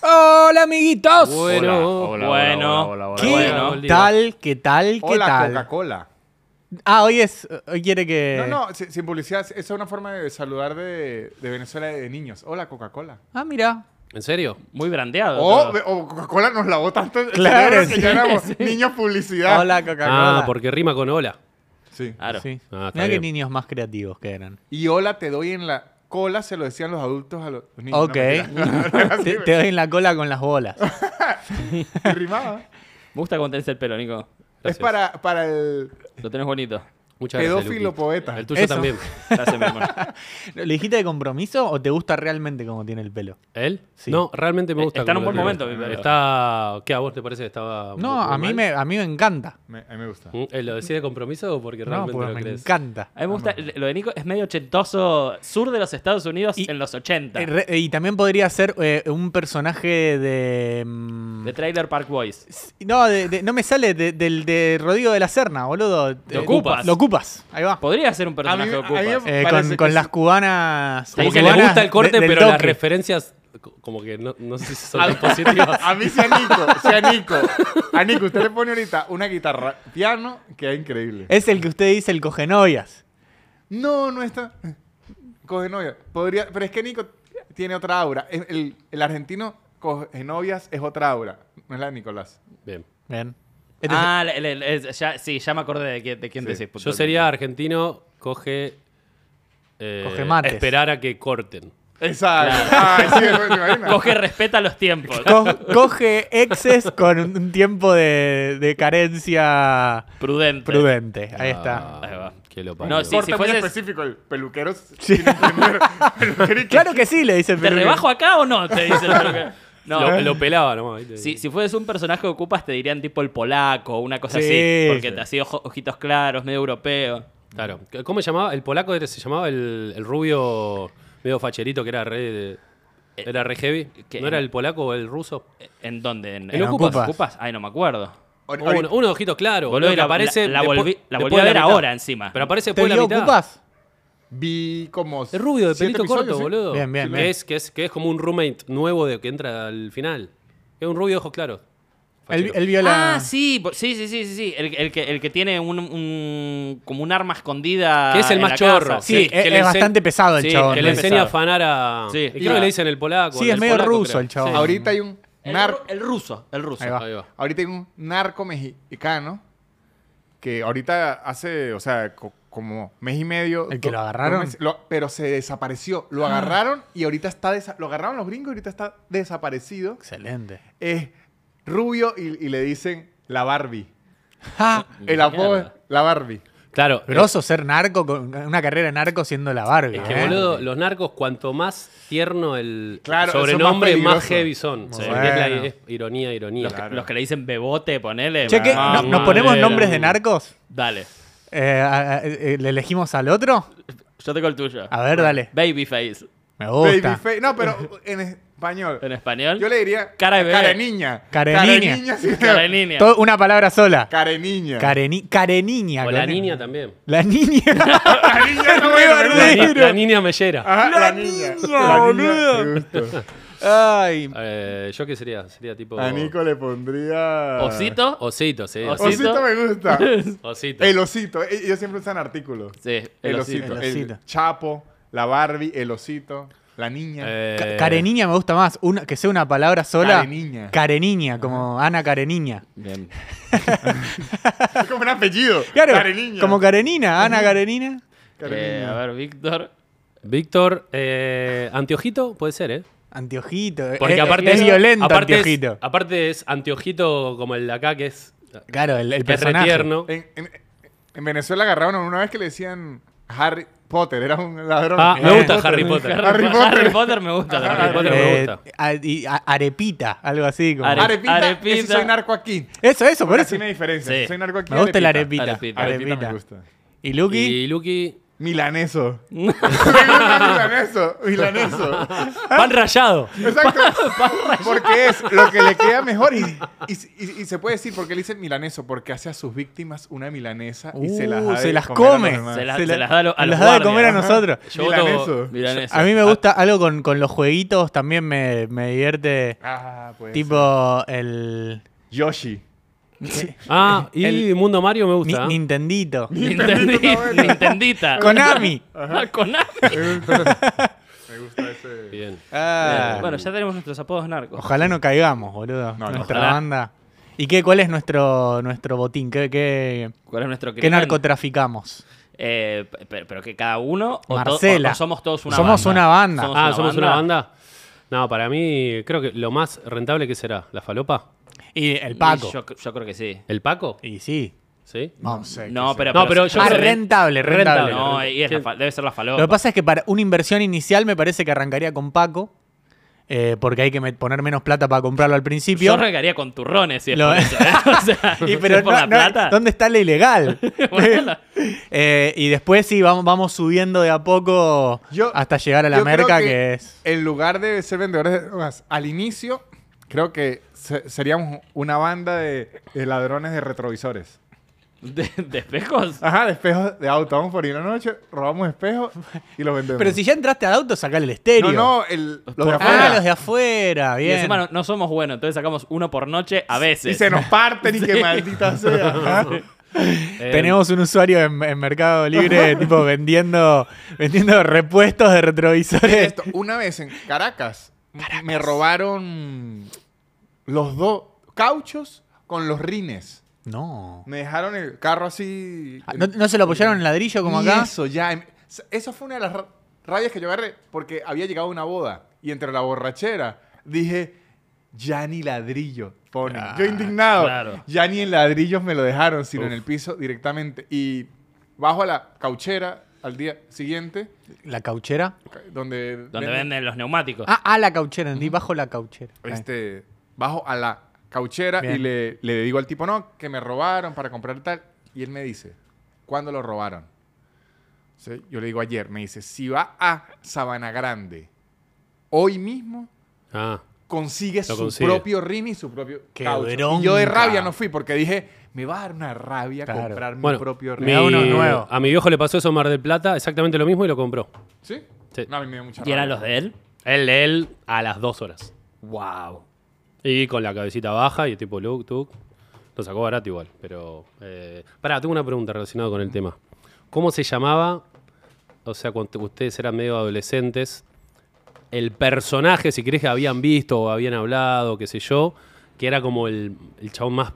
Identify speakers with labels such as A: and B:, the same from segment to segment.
A: Hola, amiguitos.
B: Bueno,
C: Hola, hola,
B: bueno,
C: hola, hola, hola,
B: ¿qué
C: hola,
A: hola.
C: hola.
D: tal? ¿Qué tal? ¿Qué
E: Hola,
D: tal?
E: Coca-Cola.
D: ah, hoy es. Hoy quiere que.
E: No, no, si- sin publicidad. Esa es una forma de saludar de, de Venezuela de niños. Hola, Coca-Cola.
D: Ah, mira.
C: ¿En serio?
B: Muy brandeado.
E: O,
B: todo.
E: o Coca-Cola nos lavó tanto el
D: Claro,
E: cerebro que
D: sí,
E: ya éramos niños publicidad.
D: Hola, Coca-Cola.
C: Ah, porque rima con hola.
E: Sí.
B: Claro.
D: Sí.
C: Ah, está
D: Mira qué
C: bien.
D: niños más creativos que eran.
E: Y hola, te doy en la cola, se lo decían los adultos a los niños.
D: Ok.
E: No, mentira.
D: te, te doy en la cola con las bolas.
E: Y rimaba.
B: Me gusta cómo tenés el pelo, Nico.
C: Gracias.
E: Es para, para el
B: Lo tenés bonito.
C: Muchas gracias,
E: pedófilo
C: Luqui.
E: poeta.
C: El tuyo
D: Eso.
C: también.
B: Gracias, mi hermano.
D: ¿Lo dijiste de compromiso o te gusta realmente cómo tiene el pelo?
C: ¿Él?
D: Sí.
C: No, realmente me
B: Eh,
C: gusta.
B: está en
C: cómo
B: un
C: lo
B: buen
C: tiene.
B: momento, mi pelo.
C: Está... ¿Qué a vos te parece? que Estaba
D: No,
C: muy- muy
D: a mí,
C: mal?
D: me, a mí me encanta.
E: Me- a mí me gusta.
C: ¿Mm? ¿Eh, ¿Lo decís de compromiso o porque
D: No,
C: realmente
D: pues
C: lo
D: me
C: crees?
D: encanta.
B: A mí me gusta, lo de Nico es medio ochentoso, sur de los Estados Unidos
D: Y-
B: en los 80.
D: Eh, re- y también podría ser eh, un personaje de. mm,
B: de Trailer Park Boys.
D: s- no, de- de- no me sale de- del de Rodrigo de la Serna, boludo. Eh,
B: ocupas.
D: Lo ocupas. Ahí va.
B: Podría ser un personaje
E: A mí-
B: de
E: a mí
B: Ocupas.
E: me-
D: Eh,
E: Parece
D: con
E: que
D: con
E: sí.
D: las cubanas.
C: Como
D: las
C: que le
D: cubanas
C: gusta el corte,
D: de- del
C: pero las
D: toque.
C: referencias co- como que no, no sé si son tan positivas.
E: A mí sea Nico, sea Nico. A Nico, usted le pone ahorita una guitarra, piano, queda increíble.
D: Es el que usted dice el cogenovias.
E: No, no está. Coge novia. Podría, pero es que Nico tiene otra aura. El, el- el argentino coge novias es otra aura. No es la de Nicolás.
C: Bien.
D: Bien. Este es-
B: Ah, le- le- le- ya- sí, ya me acordé de, qué- de quién
E: Sí.
B: decís.
C: Yo
B: puntualmente.
C: sería argentino, coge... eh,
D: Coge mates.
C: Esperar a que corten.
E: Exacto. Ay, sí, es buena, buena.
B: Coge, respeta los tiempos.
C: Ah.
D: co- coge exes con un, un tiempo de, de carencia
B: Prudente.
D: prudente. Ahí está.
C: Ah,
B: Ahí va.
C: Que lo
B: No,
C: parió.
B: sí.
E: Corta
B: si
E: muy
B: fueses-
E: específico, el peluquero. sin entender. Peluquero y que-
D: Claro que sí, le dice el
B: ¿Te
D: peluquero.
B: rebajo acá o no? Te dice el peluquero. No.
C: Lo, lo pelaba nomás. ¿viste?
B: Si, si fueras un personaje de Ocupas, te dirían tipo el polaco, una cosa
D: Sí,
B: así. Porque
D: sí.
B: te así ojo- ojitos claros, medio europeo.
C: Claro. ¿Cómo se llamaba? El polaco era- se llamaba el, el rubio medio facherito que era re, era re heavy.
B: que-
C: ¿No era el polaco o el ruso?
B: ¿En dónde? ¿En,
C: En
D: Ocupas.
B: Ay, no me acuerdo.
E: Ahorita-
C: Uno, uno de ojitos claros.
B: Boludo,
C: boludo, que
B: la-
C: aparece
B: la- la
C: después-
B: volví- la
C: después
B: volví a
C: de
B: ver
C: mitad.
B: ahora encima.
C: Pero aparece
D: ¿Te
C: después de la
D: vio
C: mitad.
D: ocupas?
E: Vi como.
C: Es rubio, de
E: siete
C: pelito
E: episodios,
C: corto,
E: ¿sí?
C: boludo.
D: Bien, bien,
C: que,
D: bien.
C: Es, que, es, que es como un roommate nuevo de que entra al final. Es un rubio de ojos claros.
D: Él,
C: Fachero.
D: él vio la.
B: Ah, sí, po- sí, sí, sí, sí, sí. El, el que, el que tiene un, un- como un arma escondida.
C: Que es el
B: Ah, en
C: más
B: la
C: chorro.
B: casa.
D: Sí,
C: que- que
D: es,
C: le
D: es
C: ense-
D: bastante pesado el
B: Sí,
D: chabón.
C: que le
B: es
C: enseña a
B: pesado.
C: afanar a.
B: Sí.
C: y creo
B: Y la-
C: que le dicen el polaco.
D: Sí, es
C: el
D: medio
C: polaco,
D: ruso
C: creo.
D: el chabón.
E: Ahorita hay un.
B: El,
E: nar-
B: ru- el ruso, el ruso.
D: Ahí va.
C: Ahí va.
E: Ahorita hay un narco mexicano que ahorita hace, o sea, co- como mes y medio.
D: ¿El que
E: do-
D: lo agarraron? Ah.
E: dos meses, lo- pero se desapareció. Lo agarraron y ahorita está. desa- Lo agarraron los gringos y ahorita está desaparecido.
D: Excelente.
E: Es rubio y, y le dicen la Barbie.
C: Ah.
D: Ja,
E: El apodo es
B: Mierda.
E: la Barbie.
C: Claro.
D: Ah, grosso ser narco, con una carrera de narco siendo la Barbie.
C: Es que,
D: ¿eh?
C: boludo, los narcos, cuanto más tierno el
E: Claro, son
C: sobrenombre,
E: más
C: más,
E: peligrosos.
C: heavy son.
D: Sí.
C: Porque es, la-
D: Bueno.
C: es ironía, ironía.
B: Los, que, los que le dicen bebote, ponele.
D: Che, ¿qué?
B: Mamá,
D: ¿No- ¿Nos ponemos
B: madre.
D: nombres de narcos?
B: Dale.
D: Eh, a- a- eh, ¿Le elegimos al otro?
B: Yo tengo el tuyo.
D: A ver, dale.
B: Babyface.
D: Me gusta.
E: Babyface. No, pero en español.
B: En español.
E: Yo le diría.
B: Cara de bebé.
E: niña.
D: Cara de niña.
E: sí.
B: Cara de niña.
D: Todo- una palabra sola.
E: Cara de niña.
D: Careni- Careniña.
C: o la
D: con-
C: niña también.
D: La niña.
E: La niña no
D: Re
E: era,
D: barbero.
E: ¿verdad?
C: La, ni-
D: Pero-
C: la niña mellera.
E: Ajá,
D: La
E: Ah, la niña.
D: niña,
E: La
D: boludo.
E: niña. me gusta.
D: Ay.
C: Eh, ¿Yo qué sería? Sería tipo.
E: A Nico le pondría.
B: Osito.
C: Osito, sí.
B: Osito.
E: Osito, me gusta.
C: Osito.
E: El osito. E- Ellos siempre usan artículos.
B: Sí,
E: El,
B: el
E: osito.
B: osito.
D: El
E: El
D: osito.
E: chapo, la Barbie, el osito, la niña.
C: Eh,
D: Ca- Careniña me gusta más. Una, que sea una palabra sola.
E: Careniña.
D: Careniña, como Ana Careniña.
B: Bien.
E: Es como un apellido.
D: Claro.
E: Careniña.
D: Como Karenina, Ana Karenina.
B: Eh, a ver, Víctor.
C: Víctor, eh, anteojito, puede ser, ¿eh?
D: Antiojito.
C: Porque
D: es,
C: aparte
D: eh, es,
C: es-
D: violento
C: aparte es-
D: anteojito.
C: aparte es anteojito como el de acá, que es,
D: claro, el, el
C: es
D: personaje. Eh,
C: retierno.
E: En, en- en Venezuela agarraron a uno una vez que le decían Harry Potter. Era un ladrón.
C: Ah,
D: Eh,
C: me gusta Harry Potter.
B: Harry,
E: Harry
B: Potter.
E: Potter.
B: me gusta.
E: Ajá,
C: Harry
B: también.
C: Potter. me
D: Eh,
C: gusta.
D: a- y a- arepita, algo así. Como.
B: Are-
E: Arepita,
B: Arepita.
E: que sí soy narco aquí.
D: eso, eso, por
E: Ahora
D: eso.
E: sí me diferencia.
B: Sí.
E: Si soy narco aquí.
D: Me gusta el arepita.
B: Arepita.
E: Arepita me gusta.
D: ¿Y Luki?
C: Y Lucky,
E: Milaneso. milaneso. Milaneso.
A: Pan rayado.
E: Exacto. porque es lo que le queda mejor. Y, y- y- y se puede decir porque le dicen milaneso, porque hace a sus víctimas una milanesa y se las,
D: Uh,
E: da de
D: se las
E: comer a los
D: come.
E: demás. Ah,
B: Se la-
D: la-
B: se las da a lo- a
D: las
B: los
D: da de comer a
B: guardias.
D: nosotros.
C: Yo
E: Milaneso.
C: voto-
B: Miran eso.
D: A mí me gusta algo con, con los jueguitos, también me, me divierte.
E: Ah, pues.
D: Tipo el
E: Yoshi.
C: Ah, y
D: El-
C: Mundo Mario me
D: Ni-
C: gusta. ¿eh?
D: Nintendito.
B: Nintendi- Nintendita.
D: Konami.
B: Ah, Konami.
E: Me gusta ese.
C: Bien.
D: Ah.
B: Bueno, ya tenemos nuestros apodos narcos.
D: Ojalá no caigamos, boludo.
E: No, no.
D: nuestra
B: Ojalá.
D: banda. ¿Y qué, cuál es nuestro, nuestro botín? ¿Qué, qué,
B: ¿Cuál es nuestro
D: qué
B: crimen?
D: narcotraficamos?
B: Eh, pe- pero, pero que cada uno. O to-
D: Marcela.
B: o- o somos todos una
D: Somos
B: banda.
D: una banda.
B: Somos
C: Ah, ¿somos una banda? No, para mí creo que lo más rentable que será, ¿la falopa?
D: Y el
B: Y
D: Paco.
B: Yo, yo creo que sí.
C: ¿El Paco?
D: Y sí.
C: ¿Sí?
D: vamos.
B: No, pero.
C: No, pero yo
D: Ah,
C: creo que-
D: rentable,
C: Rentable.
D: rentable.
B: No, y es la fa- debe ser la
D: Lo que
B: falopa.
D: pasa es que para una inversión inicial me parece que arrancaría con Paco. eh, porque hay que me- poner menos plata para comprarlo al principio.
B: Yo regaría con turrones si es
D: Lo-
B: por eso, ¿eh? O sea,
D: Y,
B: si
D: pero
B: es por
D: no-
B: la
D: no,
B: plata.
D: ¿Dónde está lo ilegal?
B: Bueno.
D: Eh, y después sí, vamos, vamos subiendo de a poco
E: Yo-
D: hasta llegar a la
E: yo creo
D: merca que,
E: que-
D: es.
E: En lugar de ser vendedores de drogas, al inicio, creo que se- seríamos una banda de, de ladrones de retrovisores.
B: ¿De, de espejos?
D: Ah,
E: Ajá, de espejos de auto. Vamos por ir una noche, robamos espejos y los vendemos.
D: Pero si ya entraste al auto, sacale el estéreo.
E: No, no, el, los de
D: ah,
E: afuera.
D: los de afuera,
B: Y
D: bien.
B: encima no, no somos buenos, entonces sacamos uno por noche a
E: Y
B: veces.
E: se nos parten y que maldita sea. Ajá.
C: Eh,
D: Tenemos un usuario en, en Mercado Libre, tipo, vendiendo, vendiendo repuestos de retrovisores.
E: Esto, una vez en Caracas, me robaron los dos cauchos con los rines.
D: No.
E: Me dejaron el carro así.
D: Ah, ¿No, no se lo apoyaron en ladrillo como
E: Y
D: acá?
E: Eso ya. em- s- Eso fue una de las ra- rabias que yo agarré porque había llegado a una boda y entre la borrachera dije, ya ni ladrillo. Ponen. yo indignado.
B: claro.
E: Ya ni en ladrillos me lo dejaron, sino en el piso directamente. Y bajo a la cauchera al día siguiente,
D: ¿La cauchera?
E: ca- donde,
B: Donde venden los neumáticos.
D: Ah, ah, la cauchera, entendí, bajo la cauchera.
E: este, bajo a la cauchera y
D: Bien.
E: le, le digo al tipo, no, que me robaron para comprar tal. Y él me dice, ¿cuándo lo robaron? Sí, Yo le digo ayer, me dice, si va a Sabana Grande hoy mismo,
C: Ah,
E: consigue
C: Lo
E: su
C: consigue.
E: propio rin y su propio
D: Qué
E: caucho.
D: bronca.
E: Y yo de rabia no fui porque dije, me va a dar una rabia
D: Claro.
E: comprar mi
C: bueno,
E: propio Ah,
C: mi-
E: rin.
D: da uno nuevo.
C: a mi viejo le pasó eso en Mar del Plata, exactamente lo mismo y lo compró.
E: ¿Sí?
C: Sí.
E: No, a mí me dio mucha
B: ¿Y eran
E: rabia.
B: los de él?
C: Él, él, a las dos horas.
B: ¡Wow!
C: Y con la cabecita baja y el tipo, look, tú. Lo sacó barato igual, pero... Eh, pará, tengo una pregunta relacionada con el tema. ¿Cómo se llamaba, o sea, cuando ustedes eran medio adolescentes, el personaje, si querés, que habían visto o habían hablado, qué sé yo, que era como el, el chabón más...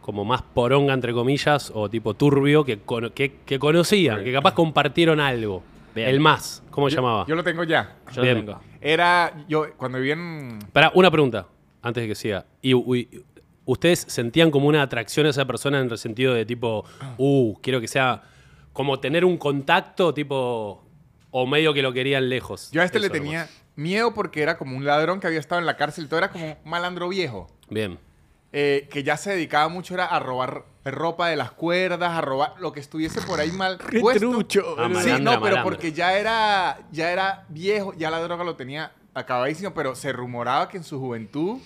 C: Como más poronga, entre comillas, o tipo turbio, que, cono- que, que conocían, que capaz compartieron algo.
B: Bien.
C: El más, ¿cómo se llamaba?
E: Yo lo tengo ya.
B: Yo
C: Bien.
B: lo tengo.
E: Era, yo, cuando viví en...
C: Para una pregunta, antes de que siga. Y, uy, ¿Ustedes sentían como una atracción a esa persona en el sentido de tipo, uh, quiero que sea como tener un contacto tipo, o medio que lo querían lejos?
E: Yo a este le
C: Eso nomás.
E: tenía miedo porque era como un ladrón que había estado en la cárcel. Todo era como un malandro viejo.
C: Bien.
E: eh, que ya se dedicaba mucho era a robar ropa de las cuerdas, a robar lo que estuviese por ahí mal
D: Qué
E: puesto.
D: trucho.
C: Ah,
E: Sí,
C: malandra,
E: no, pero
C: malandra.
E: porque ya era, ya era viejo, ya la droga lo tenía acabadísimo, pero se rumoraba que en su juventud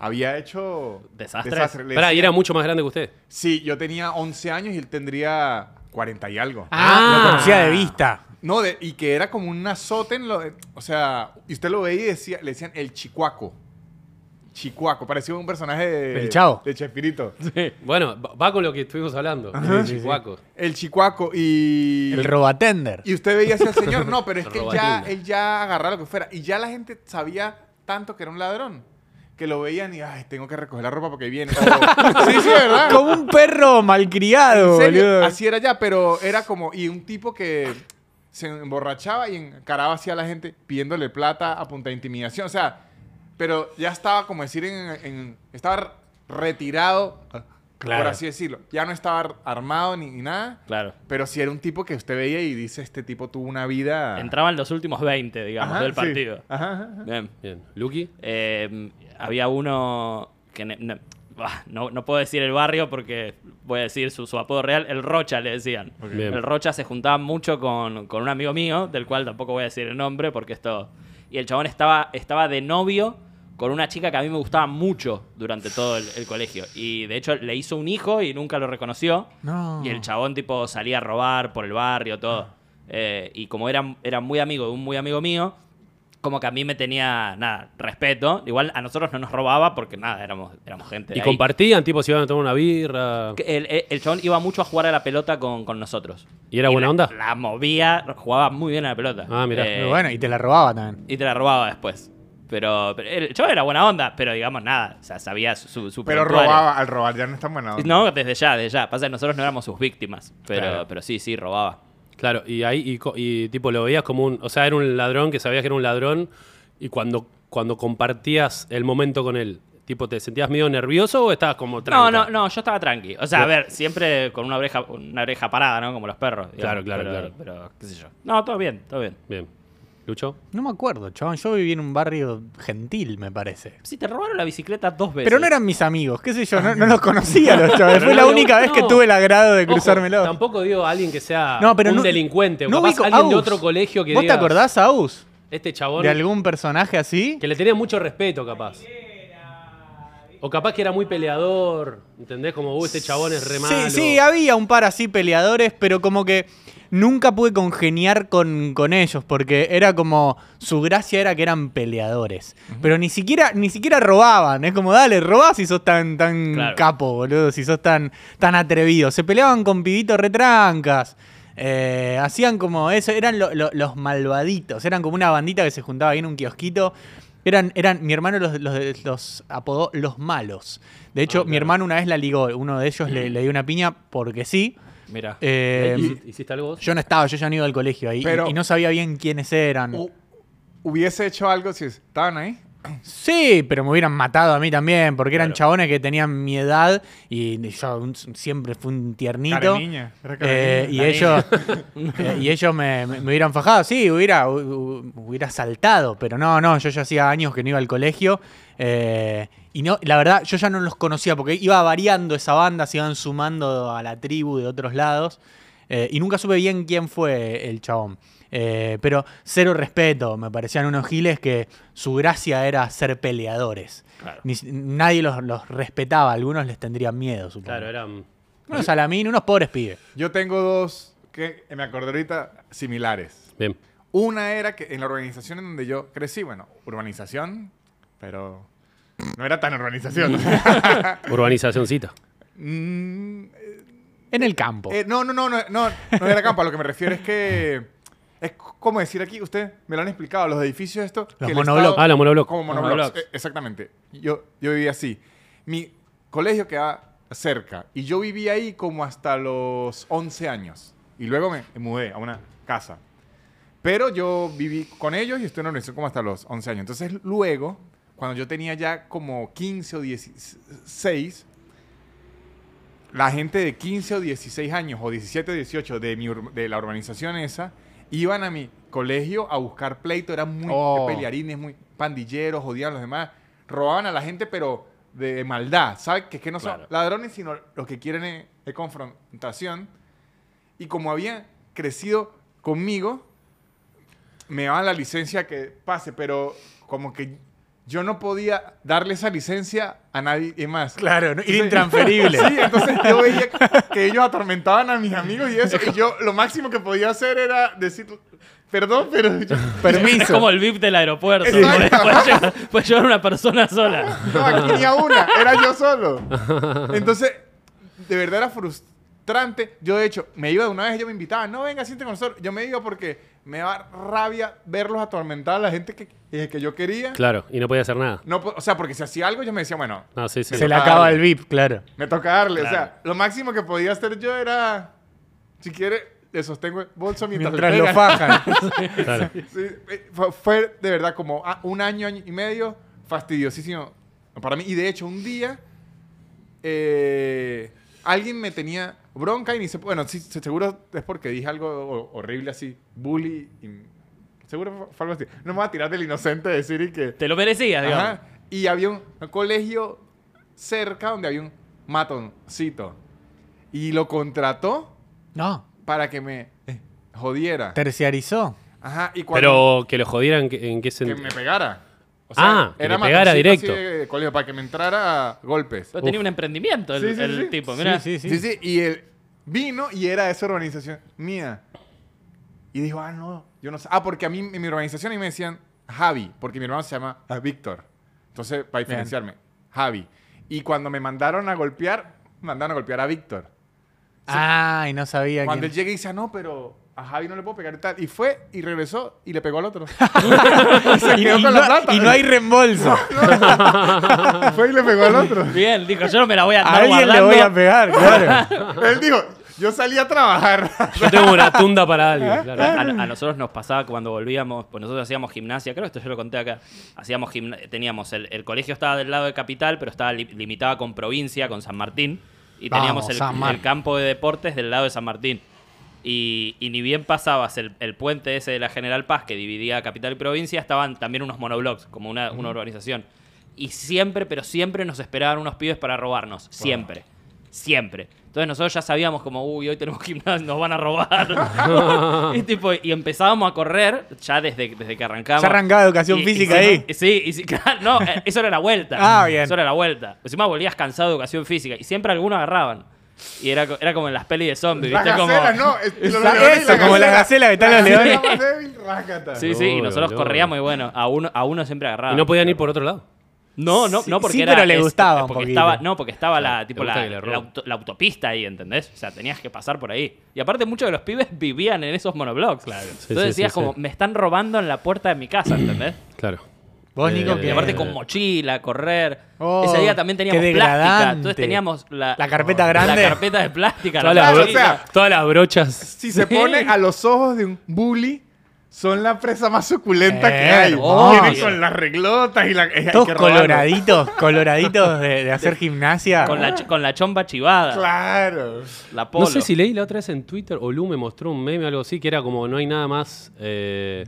E: había hecho
B: Desastres.
E: Le
C: Pará, y
E: decía-
C: era mucho más grande que usted.
E: Sí, yo tenía 11 años y él tendría 40 y algo.
D: Ah,
C: Ah.
D: lo conocía de vista.
E: No, de- y que era como un azote en lo... O sea, y usted lo veía y decía, le decían el chicuaco. Chicuaco, parecía un personaje de...
D: Del Chavo.
E: De Chespirito.
C: Bueno, va- va con lo que estuvimos hablando. El chihuaco.
E: El chicuaco y...
D: El robatender.
E: Y usted veía así al señor, no, pero es que él ya,
C: Robatina.
E: él ya agarraba lo que fuera. Y ya la gente sabía tanto que era un ladrón, que lo veían y, ay, tengo que recoger la ropa porque viene. O- sí, sí, ¿verdad?
D: Ah. Como un perro malcriado,
E: En serio,
D: boludo.
E: así era ya, pero era como, y un tipo que se emborrachaba y encaraba así a la gente pidiéndole plata a punta de intimidación. O sea, pero ya estaba, como decir, en, en- estaba retirado, por
D: Claro.
E: así decirlo. Ya no estaba ar- armado ni, ni nada.
B: Claro.
E: Pero si era un tipo que usted veía y dice, este tipo tuvo una vida...
B: Entraban los últimos 20, digamos,
E: Ah. Ajá,
B: del
E: sí.
B: partido.
E: Ajá, ajá, ajá.
B: Bien.
C: Bien. Lucky.
B: Eh, había uno Em, que ne- ne- bah, no, no puedo decir el barrio porque voy a decir su, su apodo real, el Rocha le decían.
C: Bien.
B: El Rocha se juntaba mucho con, con un amigo mío, del cual tampoco voy a decir el nombre porque esto... Y el chabón estaba, estaba de novio con una chica que a mí me gustaba mucho durante todo el, el colegio. Y de hecho le hizo un hijo y nunca lo reconoció.
D: No.
B: Y el chabón tipo salía a robar por el barrio, todo. Eh, y como era, era muy amigo de un muy amigo mío, como que a mí me tenía, nada, respeto. Igual a nosotros no nos robaba porque nada, éramos, éramos gente. de
C: Y
B: ahí.
C: compartían, tipo, si iban a tomar una birra.
B: Que El, el- el chabón iba mucho a jugar a la pelota con, con nosotros.
C: ¿Y era buena
B: la-
C: onda?
B: La movía, jugaba muy bien a la pelota.
C: Ah, mirá.
B: Eh,
D: Pero bueno, y te la robaba también.
B: Y te la robaba después. Pero, pero el chabón era buena onda, pero digamos nada. O sea, sabía su, su- su
E: Pero
B: prontuario.
E: robaba, al robar ya no es tan buena onda.
B: No, desde ya, desde ya. Pasa que nosotros no éramos sus víctimas. Pero,
C: Claro.
B: pero sí, sí, robaba.
C: Claro, y ahí, y, co- y, tipo, lo veías como un. O sea, era un ladrón que sabías que era un ladrón. Y cuando, cuando compartías el momento con él, tipo, ¿te sentías medio nervioso o estabas como tranca?
B: No, no, no, yo estaba tranqui. O sea, a ver, siempre con una oreja, una oreja parada, ¿no? Como los perros.
C: Claro,
B: digamos.
C: claro,
B: Pero-
C: claro.
B: Pero, qué sé yo. No, todo bien, todo bien.
C: Bien. ¿Lucho?
D: No me acuerdo, chabón. Yo viví en un barrio gentil, me parece.
B: Si te robaron la bicicleta dos veces.
D: Pero no eran mis amigos, qué sé yo, no, no los conocía los chavales. Fue la
C: Ah. no,
D: única vez que
C: no.
D: tuve el agrado de
C: Ojo,
D: cruzármelo.
C: tampoco digo a alguien que sea
D: No, pero
C: un
D: no-
C: delincuente. o
D: no
C: capaz
D: ubico-
C: alguien de
D: Aus.
C: otro colegio que
D: ¿Vos
C: digas,
D: te acordás, Aus?
C: Este chabón
D: ¿De algún personaje así?
C: que le tenía mucho respeto, capaz. O capaz que era muy peleador, ¿entendés? Como, "Uh, este chabón es re
D: Sí,
C: malo".
D: sí, había un par así peleadores, pero como que nunca pude congeniar con, con ellos, porque era como, su gracia era que eran peleadores. Pero ni siquiera, ni siquiera robaban, es como, dale, robás si sos tan, tan
B: Claro.
D: capo, Ah, boludo, si sos tan, tan atrevido. Se peleaban con pibitos retrancas. eh, hacían como eso, eran lo- lo- los malvaditos, eran como una bandita que se juntaba ahí en un kiosquito. Eran, eran, mi hermano los, los, los apodó los malos. De hecho, mi hermano una vez la ligó, uno de ellos le, le dio una piña porque sí.
B: Mira.
D: Eh,
C: ¿Hiciste, hiciste algo vos?
D: yo no estaba, yo ya no iba al colegio ahí y-
E: Pero- Uh.
D: y, no sabía bien quiénes eran.
E: Hu- ¿Hubiese hecho algo si estaban ahí?
D: Sí, pero me hubieran matado a mí también, porque eran chabones que tenían mi edad y yo un- siempre fui un tiernito.
E: Careniña, era
D: Eh,
E: careniña.
D: y, ellos, eh, y ellos me, me- me hubieran fajado, sí, hubiera, hu- hu- hubiera saltado, pero no, no, yo ya hacía años que no iba al colegio. eh, y no, la verdad, yo ya no los conocía porque iba variando esa banda, se iban sumando a la tribu de otros lados. eh, y nunca supe bien quién fue el chabón. Eh, pero cero respeto, me parecían unos giles que su gracia era ser peleadores.
B: Claro.
D: Ni- nadie los, los respetaba, algunos les tendrían miedo, supongo.
C: Claro, mm, eran...
D: Unos salamín, unos pobres pibes.
E: Yo tengo dos que me acordé ahorita similares.
C: Bien.
E: Una era que en la urbanización en donde yo crecí, bueno, urbanización, pero no era tan urbanización.
C: Urbanizacioncita.
E: Mm,
D: En el campo.
E: eh, no, no, no, no, no, no era campo. A lo que me refiero es que es como decir aquí, usted me lo han explicado, los edificios esto.
D: Los
E: que el
D: monoblocks.
E: Estado-
C: Ah, los monoblocks.
E: Como monoblocks,
B: Monoblocks.
E: eh, exactamente. Yo, yo vivía así. Mi colegio quedaba cerca y yo viví ahí como hasta los 11 años. Y luego me mudé a una casa. Pero yo viví con ellos y estuve en la universidad como hasta los 11 años. Entonces luego, cuando yo tenía ya como 15 o 16, la gente de 15 o 16 años o 17 o 18 de, mi ur- de la urbanización esa iban a mi colegio a buscar pleito, eran muy
D: Oh.
E: pelearines, muy pandilleros, odiaban a los demás, robaban a la gente pero de maldad, ¿sabes? Que es que no son
B: Claro.
E: ladrones, sino los que quieren es- es confrontación. Y como habían crecido conmigo, me daban la licencia que pase, pero como que yo no podía darle esa licencia a nadie más.
D: Claro, ¿no?
E: Entonces-
D: era intransferible.
E: Sí, entonces yo veía que ellos atormentaban a mis amigos y eso. Y yo lo máximo que podía hacer era decir, perdón, pero yo-
D: Permiso.
B: Es como el VIP del aeropuerto. Puedes,
E: Exacto.
B: puedes llevar, puedes llevar una persona sola.
E: no, aquí ni a una, era yo solo. Entonces, de verdad era frustrante. Yo, de hecho, me iba de una vez, ellos me invitaban, no venga, siente con nosotros. Yo me iba porque me daba rabia verlos atormentar a la gente que, eh, que yo quería.
C: Claro, y no podía hacer nada.
E: No, po- o sea, porque si hacía algo, yo me decía, bueno,
C: No, sí, sí.
D: Se le
E: Ah,
D: acaba
E: dale.
D: el VIP, claro.
E: Me toca darle. O
B: Claro.
E: sea, lo máximo que podía hacer yo era. Si quiere, le sostengo el bolso mientras,
D: Mientras
E: le
D: lo
E: pegan.
D: fajan.
C: Claro.
E: Sí, eh, fue, fue de verdad como ah, un año, año y medio fastidiosísimo para mí. Y de hecho, un día. eh, alguien me tenía bronca y ni se. Bueno, sí, se- seguro es porque dije algo ho- horrible así. Bully. y- seguro fue algo así. No me voy a tirar del inocente decir y que.
B: Te lo merecías, digamos.
E: Ajá. Y había un colegio cerca donde había un matoncito. Y lo contrató
D: No,
E: para que me eh, jodiera.
D: terciarizó.
E: Ajá, y cuando
C: Pero que lo jodieran que- en qué
E: que
C: sentido.
E: me pegara. O
C: Ah, que me pegara
E: matoncito así
C: directo.
E: de colegio, para que me entrara a golpes.
B: Pero tenía un emprendimiento el,
E: Sí, sí,
B: el
E: sí.
B: tipo, mira.
D: Sí, sí,
E: Sí,
D: sí.
E: sí, y él vino y era esa organización mía. Y dijo, ah, no, yo no sé. Ah, porque a mí en mi organización y me decían Javi, porque mi hermano se llama ah, Víctor. Entonces, para diferenciarme, Javi. Y cuando me mandaron a golpear, mandaron a golpear a Víctor.
D: Ay, no sabía
E: Cuando
D: quién.
E: él llega y dice, ah, no, pero a Javi no le puedo pegar y tal. Y fue y regresó y le pegó al otro.
D: y,
E: quedó
D: y
E: con
D: no,
E: la plata.
D: y no hay reembolso.
E: fue y le pegó al otro.
B: Bien, dijo, yo no me la voy a
D: a
B: andar
D: alguien le
B: guardando.
D: voy a pegar, claro.
E: él dijo, yo salí a trabajar.
C: Yo tengo una tunda para
E: ¿Eh?
C: alguien. claro.
B: A, a nosotros nos pasaba cuando volvíamos, pues nosotros hacíamos gimnasia, creo que esto yo lo conté acá. Hacíamos gimna- teníamos el, el colegio estaba del lado de capital, pero estaba li- limitada con provincia, con San Martín, y teníamos
D: Vamos,
B: el,
D: San Mar.
B: el campo de deportes del lado de San Martín. Y, y ni bien pasabas el, el puente ese de la General Paz que dividía capital y provincia, estaban también unos monoblocks, como una, una urbanización. Y siempre, pero siempre nos esperaban unos pibes para robarnos. Siempre. Siempre. Entonces nosotros ya sabíamos como, uy, hoy tenemos gimnasio, nos van a robar. y, tipo, y empezábamos a correr ya desde, desde que arrancamos.
D: Ya arrancaba educación
B: Y- y
D: física
B: si-
D: ahí.
B: Sí, y si- claro, no, eh, eso era la vuelta.
D: Ah, bien.
B: Eso era la vuelta. Pues Encima volvías cansado de educación física y siempre algunos agarraban. Y era, co- era como en las pelis de zombies,
E: Las
B: ¿viste? Como-
E: gacelas, no. es- los
D: Esa-
E: leones y
D: esa, como la gacela que está en los
E: La gacela
D: leones.
E: más débil, rácata.
B: Sí, sí, y
C: Obvio,
B: nosotros
C: obvio.
B: corríamos y bueno, a uno, a uno siempre agarraba.
C: Y no podían ir por otro lado.
B: No, no,
D: Sí,
B: no, porque
D: sí,
B: era-
D: pero le gustaba un
B: porque
D: poquito.
B: estaba, No, porque estaba la, tipo,
C: le gusta
B: la,
C: que le
B: la
C: roben.
B: auto- la autopista ahí, ¿entendés? O sea, tenías que pasar por ahí. Y aparte, muchos de los pibes vivían en esos monoblocks. Entonces
C: sí,
B: decías
C: sí,
B: como,
C: sí.
B: me están robando en la puerta de mi casa, ¿entendés?
C: Claro.
D: Vos,
C: Eh,
D: Nico,
B: Y
D: que.
B: aparte con mochila, correr.
D: Oh,
B: Ese día también teníamos
D: qué
B: plástica.
D: degradante.
B: Entonces teníamos la,
D: La carpeta
B: la
D: grande.
B: carpeta de plástica. la
C: Todas las,
E: Claro, o
C: bro-
B: mochila.
E: sea,
C: todas las brochas.
E: Si se pone a los ojos de un bully, son la presa más suculenta que hay.
D: Hermoso.
E: Vienen con las reglotas y la. eh, hay que
D: Todos
E: robarlo.
D: coloraditos, coloraditos de, de hacer gimnasia.
B: con, la, ch- con la chomba chivada.
E: Claro.
B: La polo.
C: No sé si leí la otra vez en Twitter o Lu me mostró un meme o algo así que era como no hay nada más eh,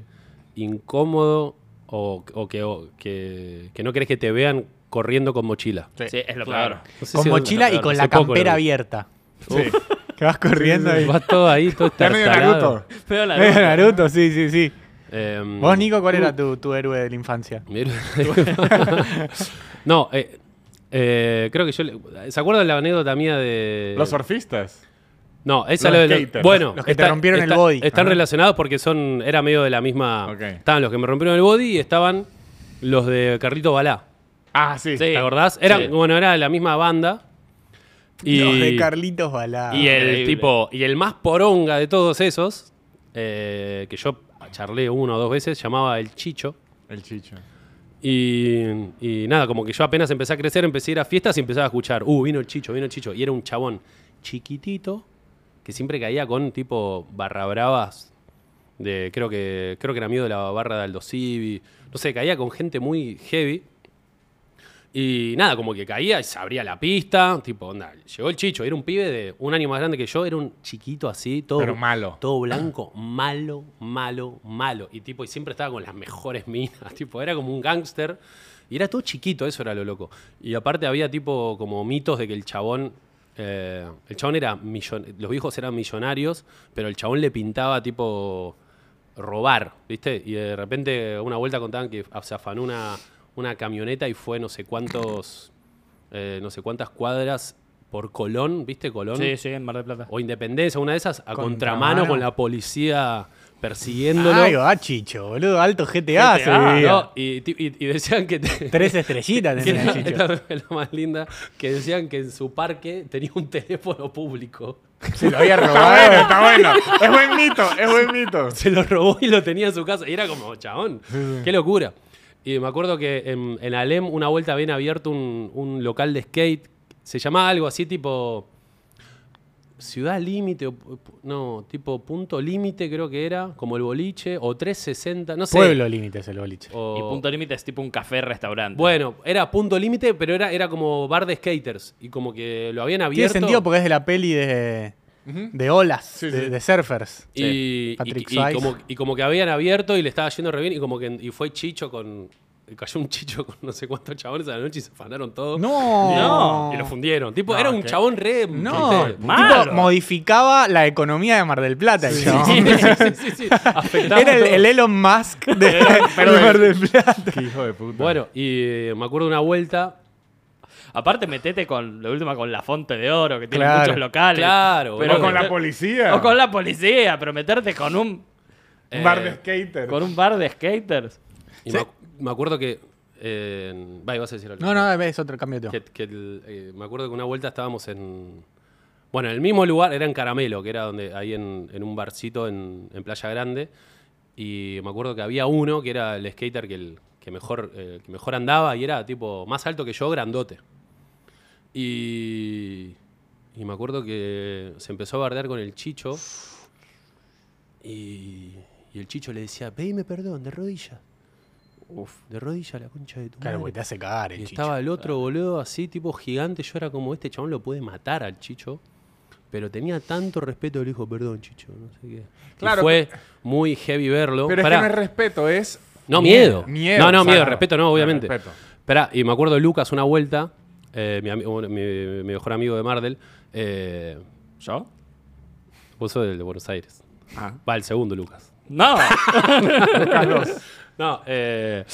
C: incómodo o, o que, o que- que no querés que te vean corriendo con mochila.
B: Sí, es lo
E: Claro.
B: peor.
C: No sé
D: con
C: si-
D: mochila y con la
C: hace poco lo
D: campera
C: vi.
D: abierta.
E: Sí.
D: Que vas corriendo ahí.
C: Vas todo ahí, todo
E: Ya medio
C: tartalado.
E: Naruto.
B: Pero la
D: Eh, Naruto, sí, sí, sí.
C: Eh,
D: Vos, Nico, ¿cuál era tu, tu héroe de la infancia?
C: Mira. no, eh, eh, creo que yo... le- ¿Se acuerdan la anécdota mía de...?
E: Los surfistas.
C: No, esa
E: Los
C: lo de-
E: skaters.
C: Bueno,
D: Los que te rompieron el body.
C: Están
D: Ajá.
C: relacionados porque son. Era medio de la misma.
E: Ok.
C: Estaban los que me rompieron el body y estaban los de Carlito Balá.
E: Ah, sí.
B: Sí.
C: ¿Te acordás? Eran,
B: Sí.
C: Bueno, era de la misma banda. Y,
D: Los de Carlitos Balá.
C: y el
B: Increíble.
C: tipo. Y el más poronga de todos esos. eh, que yo charlé uno o dos veces, llamaba el Chicho.
E: El chicho.
C: Y, y nada, como que yo apenas empecé a crecer, empecé a ir a fiestas y empezaba a escuchar, uh, vino el chicho, vino el chicho. Y era un chabón chiquitito que siempre caía con tipo barra bravas de, creo que, creo que era amigo de la barra de Aldo Civi. No sé, caía con gente muy heavy. Y nada, como que caía y se abría la pista. Tipo, onda, llegó el chicho, era un pibe de un año más grande que yo, era un chiquito así, todo.
E: Pero malo.
C: Todo blanco, malo, malo, malo. Y tipo, y siempre estaba con las mejores minas. Tipo, era como un gángster. Y era todo chiquito, eso era lo loco. Y aparte había tipo como mitos de que el chabón. eh, el chabón era millon- los viejos eran millonarios, pero el chabón le pintaba tipo robar, ¿viste? Y de repente una vuelta contaban que se afanó una, una camioneta y fue no sé cuántos, eh, no sé cuántas cuadras por Colón, ¿viste Colón?
B: Sí, sí, en Mar del Plata.
C: o Independencia, una de esas, a
D: Contramano.
C: contramano con la policía persiguiéndolo. Ah,
D: Ay, va, ah, Chicho, boludo. Alto GTA, se
B: GTA,
D: vivía.
C: No, y, ti- y- y decían que... te-
D: Tres estrellitas
C: que
D: tenía
C: era-
D: el Chicho.
C: esta es la más linda, que decían que en su parque tenía un teléfono público.
D: Se lo había
E: Está bueno,
D: robado.
E: está bueno. Es buen mito, es buen mito.
C: Se lo robó y lo tenía en su casa. Y era como, chabón, qué locura. Y me acuerdo que en, en Alem una vuelta habían abierto un, un local de skate. Se llamaba algo así tipo... Ciudad Límite, o pu- pu- no, tipo Punto Límite creo que era, como el boliche, o 360, no sé.
D: Pueblo Límites el boliche.
C: O-
B: Y Punto Límite es tipo un café-restaurante.
C: Bueno, era Punto Límite, pero era, era como bar de skaters. Y como que lo habían
D: Tiene
C: abierto.
D: sentido porque es de la peli de, de olas,
E: Sí,
D: de,
E: sí.
D: de surfers.
C: Y, y-
D: Patrick
C: y
D: Swayze.
C: como, y como que habían abierto y le estaba yendo re bien y como que y fue Chicho con cayó un chicho con no sé cuántos chabones a la noche y se afanaron todos.
D: No.
C: Y lo fundieron. Tipo,
B: No,
C: era un
B: que-
C: chabón re.
D: No,
C: ¿viste?
B: Malo.
D: tipo, modificaba la economía de Mar del Plata. el chabón.
C: Sí, sí, sí, sí. Afectaba
D: Era el,
C: todo.
D: el Elon Musk de, de Mar del Plata.
E: Qué hijo de puta.
C: Bueno, y eh, me acuerdo una vuelta.
B: Aparte, metete con, de última, con la Fonte de Oro, que tiene
D: Claro.
B: muchos locales.
C: Claro,
B: pero
E: o con
B: meter-
E: la policía.
B: O con la policía, pero meterte con un,
E: Un bar de skater.
B: con un bar de skaters.
C: y me, ac- me acuerdo que. eh, va, ibas a decir algo.
D: No, no, es otro cambio de tema.
C: Que- que el- eh, me acuerdo que una vuelta estábamos en. Bueno, en el mismo lugar, era en Caramelo, que era donde ahí en, en un barcito en, en Playa Grande. Y me acuerdo que había uno que era el skater que, el, que, mejor, eh, que mejor andaba y era tipo más alto que yo, grandote. Y, y me acuerdo que se empezó a bardear con el Chicho. Y, y el Chicho le decía, pedime perdón, de rodillas. Uf, de rodillas la concha de tu
D: Claro,
C: madre.
D: porque te hace cagar
C: Y
D: el chicho.
C: estaba el otro boludo así, tipo gigante. Yo era como, este chabón lo puede matar al Chicho. Pero tenía tanto respeto, le dijo, perdón, Chicho, no sé qué. Y
E: Claro,
C: fue muy heavy verlo.
E: Pero
C: Pará.
E: es que no es respeto, es.
C: No, miedo.
E: Miedo.
C: No, no,
E: o sea,
C: miedo, respeto no, obviamente.
E: Respeto.
C: Esperá, y me acuerdo de Lucas una vuelta, eh, mi, ami- bueno, mi- mi mejor amigo de Mardel, eh,
B: ¿Yo?
C: vos sos del de Buenos Aires.
B: Ah.
C: Va, el segundo Lucas.
B: No.
C: No, eh,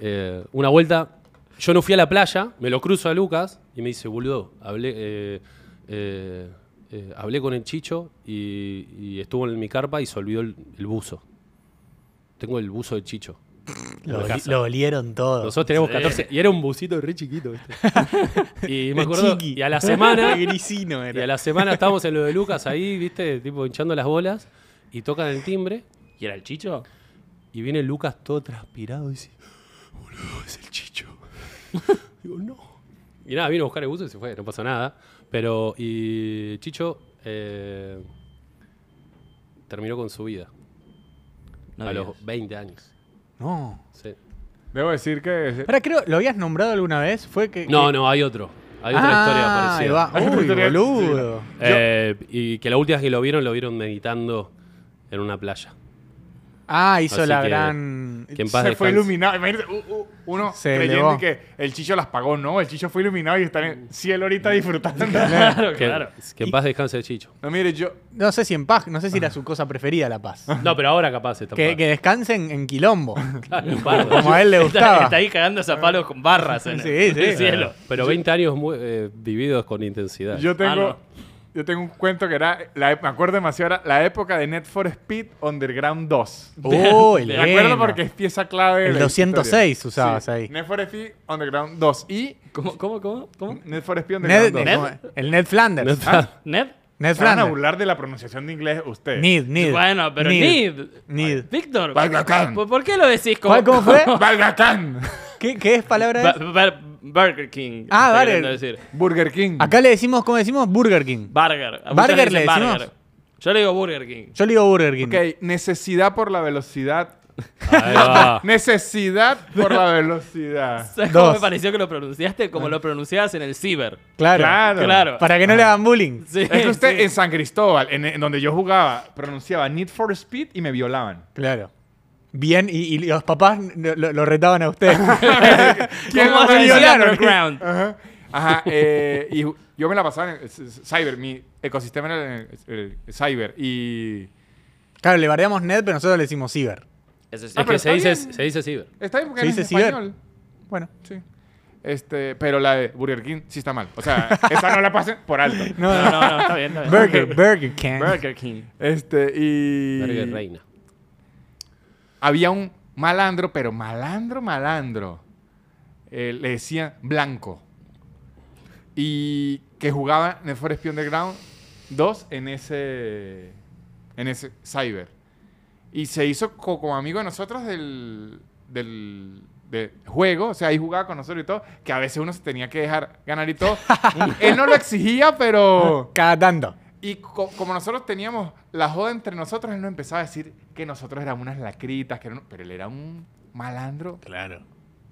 C: eh, una vuelta, yo no fui a la playa, me lo cruzo a Lucas y me dice, boludo, hablé, eh, eh, eh, hablé con el chicho y, y estuvo en mi carpa y se olvidó el, el buzo. Tengo el buzo del chicho.
D: Lo, oli- lo olieron todo.
C: Nosotros teníamos
B: Sí.
C: 14 y era un bucito re chiquito. ¿viste? y me acuerdo,
D: Chiqui.
C: y a la semana,
D: Grisino
C: y
D: era.
C: a la semana estábamos en lo de Lucas ahí, viste, tipo hinchando las bolas y tocan el timbre
B: ¿Y era el Chicho?
C: y viene Lucas todo transpirado y dice, boludo, es el chicho. Digo, no. Y nada, vino a buscar el buzo y se fue, no pasó nada. Pero, y Chicho eh, terminó con su vida
B: No
C: a
B: digas.
C: los 20 años.
D: No.
C: Sí.
E: Debo decir que.
D: Pará, creo, ¿lo habías nombrado alguna vez? Fue que.
C: No,
D: que-
C: no, hay otro. Hay otra
D: Ah,
C: historia parecida.
D: ahí va.
E: Otra
D: Uy,
E: historia.
D: boludo.
C: Eh, y que la última vez que lo vieron, lo vieron meditando en una playa.
D: Ah, hizo
C: Así
D: la
C: que-
D: gran.
C: que en paz
E: se fue
C: descanse.
E: iluminado. Imagínate, uh, uh, uno
D: Se
E: creyendo
D: elevó.
E: que el chicho las pagó, no. El chicho fue iluminado y está en el cielo ahorita disfrutando.
B: Claro,
C: Que,
B: claro.
C: que en paz descanse el Chicho.
E: no, mire, yo.
D: No sé si en paz, no sé
C: Ah.
D: si era su cosa preferida la paz.
C: No, pero ahora capaz está
D: que,
C: en
D: que descansen en quilombo,
C: paz. En paz.
D: como a él le
B: Está,
D: gustaba.
B: está ahí cagándose a palos con barras en,
D: Sí,
B: el,
D: sí.
B: en el cielo.
C: Pero 20 años mu- eh, vividos con intensidad.
E: Yo tengo,
B: no.
E: yo tengo un cuento que era, la ep- me acuerdo demasiado, era la época de Net for Speed Underground 2.
D: Oh, el
E: Me acuerdo
D: bueno.
E: porque es pieza clave. de
D: El
E: la
D: 206
E: historia.
D: usabas ahí.
E: Net for Speed Underground 2 y
B: ¿Cómo, cómo, cómo? cómo?
E: Net for Speed
D: Ned-
E: Underground 2.
D: Ned- el Ned Flanders.
C: No
D: Ned,
C: está-
B: ¿Ned?
E: Se van a
D: Flanders.
E: burlar de la pronunciación de inglés ustedes.
D: Need, need.
B: Bueno, pero
D: Need.
B: Nid.
D: Need.
B: Víctor,
E: Balgacán.
B: ¿por, por qué lo decís como...
D: ¿Cuál- ¿Cómo fue?
E: ¡Balgacán!
D: ¿Qué, qué es palabra?
B: Ba-
D: es?
B: ba- Burger King.
D: Ah,
B: está
D: vale.
B: queriendo decir.
E: Burger King.
D: Acá le decimos, ¿cómo decimos? Burger King.
B: Burger. A muchos
D: Burger
B: dicen
D: le decimos.
B: Yo le digo Burger King.
D: Yo le digo Burger King.
E: Ok, necesidad por la velocidad.
C: Ahí va.
B: Ah.
E: Necesidad por la velocidad.
B: ¿Sabes cómo
D: Dos.
B: me pareció que lo pronunciaste?
E: Ah.
B: Como lo pronunciabas en el ciber.
D: Claro.
E: Claro.
B: Claro.
D: Para que no le hagan bullying.
B: Sí,
E: Es que usted
B: sí.
E: en San Cristóbal, en, en donde yo jugaba, pronunciaba Need for Speed y me violaban.
D: Claro. Bien, y, y los papás lo, lo- lo retaban a usted.
E: ¿Quién
B: ¿Cómo
E: lo
B: vas a decir
D: violaron?
B: underground?
E: Ajá. Ajá, eh, y ju- yo me la pasaba en el c- c- cyber, mi ecosistema era el, el- el cyber. Y
D: claro, le bardeamos Ned, pero nosotros le decimos Ciber.
B: Eso sí.
C: Es
E: Ah, pero
C: que
E: está
C: se dice,
E: bien.
C: se dice ciber.
E: está bien porque
D: ¿Se
E: era en
D: dice ciber?
E: español.
D: Bueno.
E: Sí. Este, pero la de Burger King sí está mal. O sea, esa no la pasen por alto.
D: No,
B: No, no, no, está bien, está bien.
D: Burger, Burger King.
B: Burger King.
E: Este, y.
C: Verga y reina.
E: Había un malandro, pero malandro, malandro. Eh, le decían blanco. Y que jugaba en el Forest Pion Underground 2 en ese. En ese cyber. Y se hizo co- como amigo de nosotros del. del del juego, o sea, ahí jugaba con nosotros y todo, que a veces uno se tenía que dejar ganar y todo. Él no lo exigía, pero...
D: Cada tanto.
E: Y co- como nosotros teníamos la joda entre nosotros, él no empezaba a decir que nosotros éramos unas lacritas, que era un- pero él era un malandro,
D: Claro.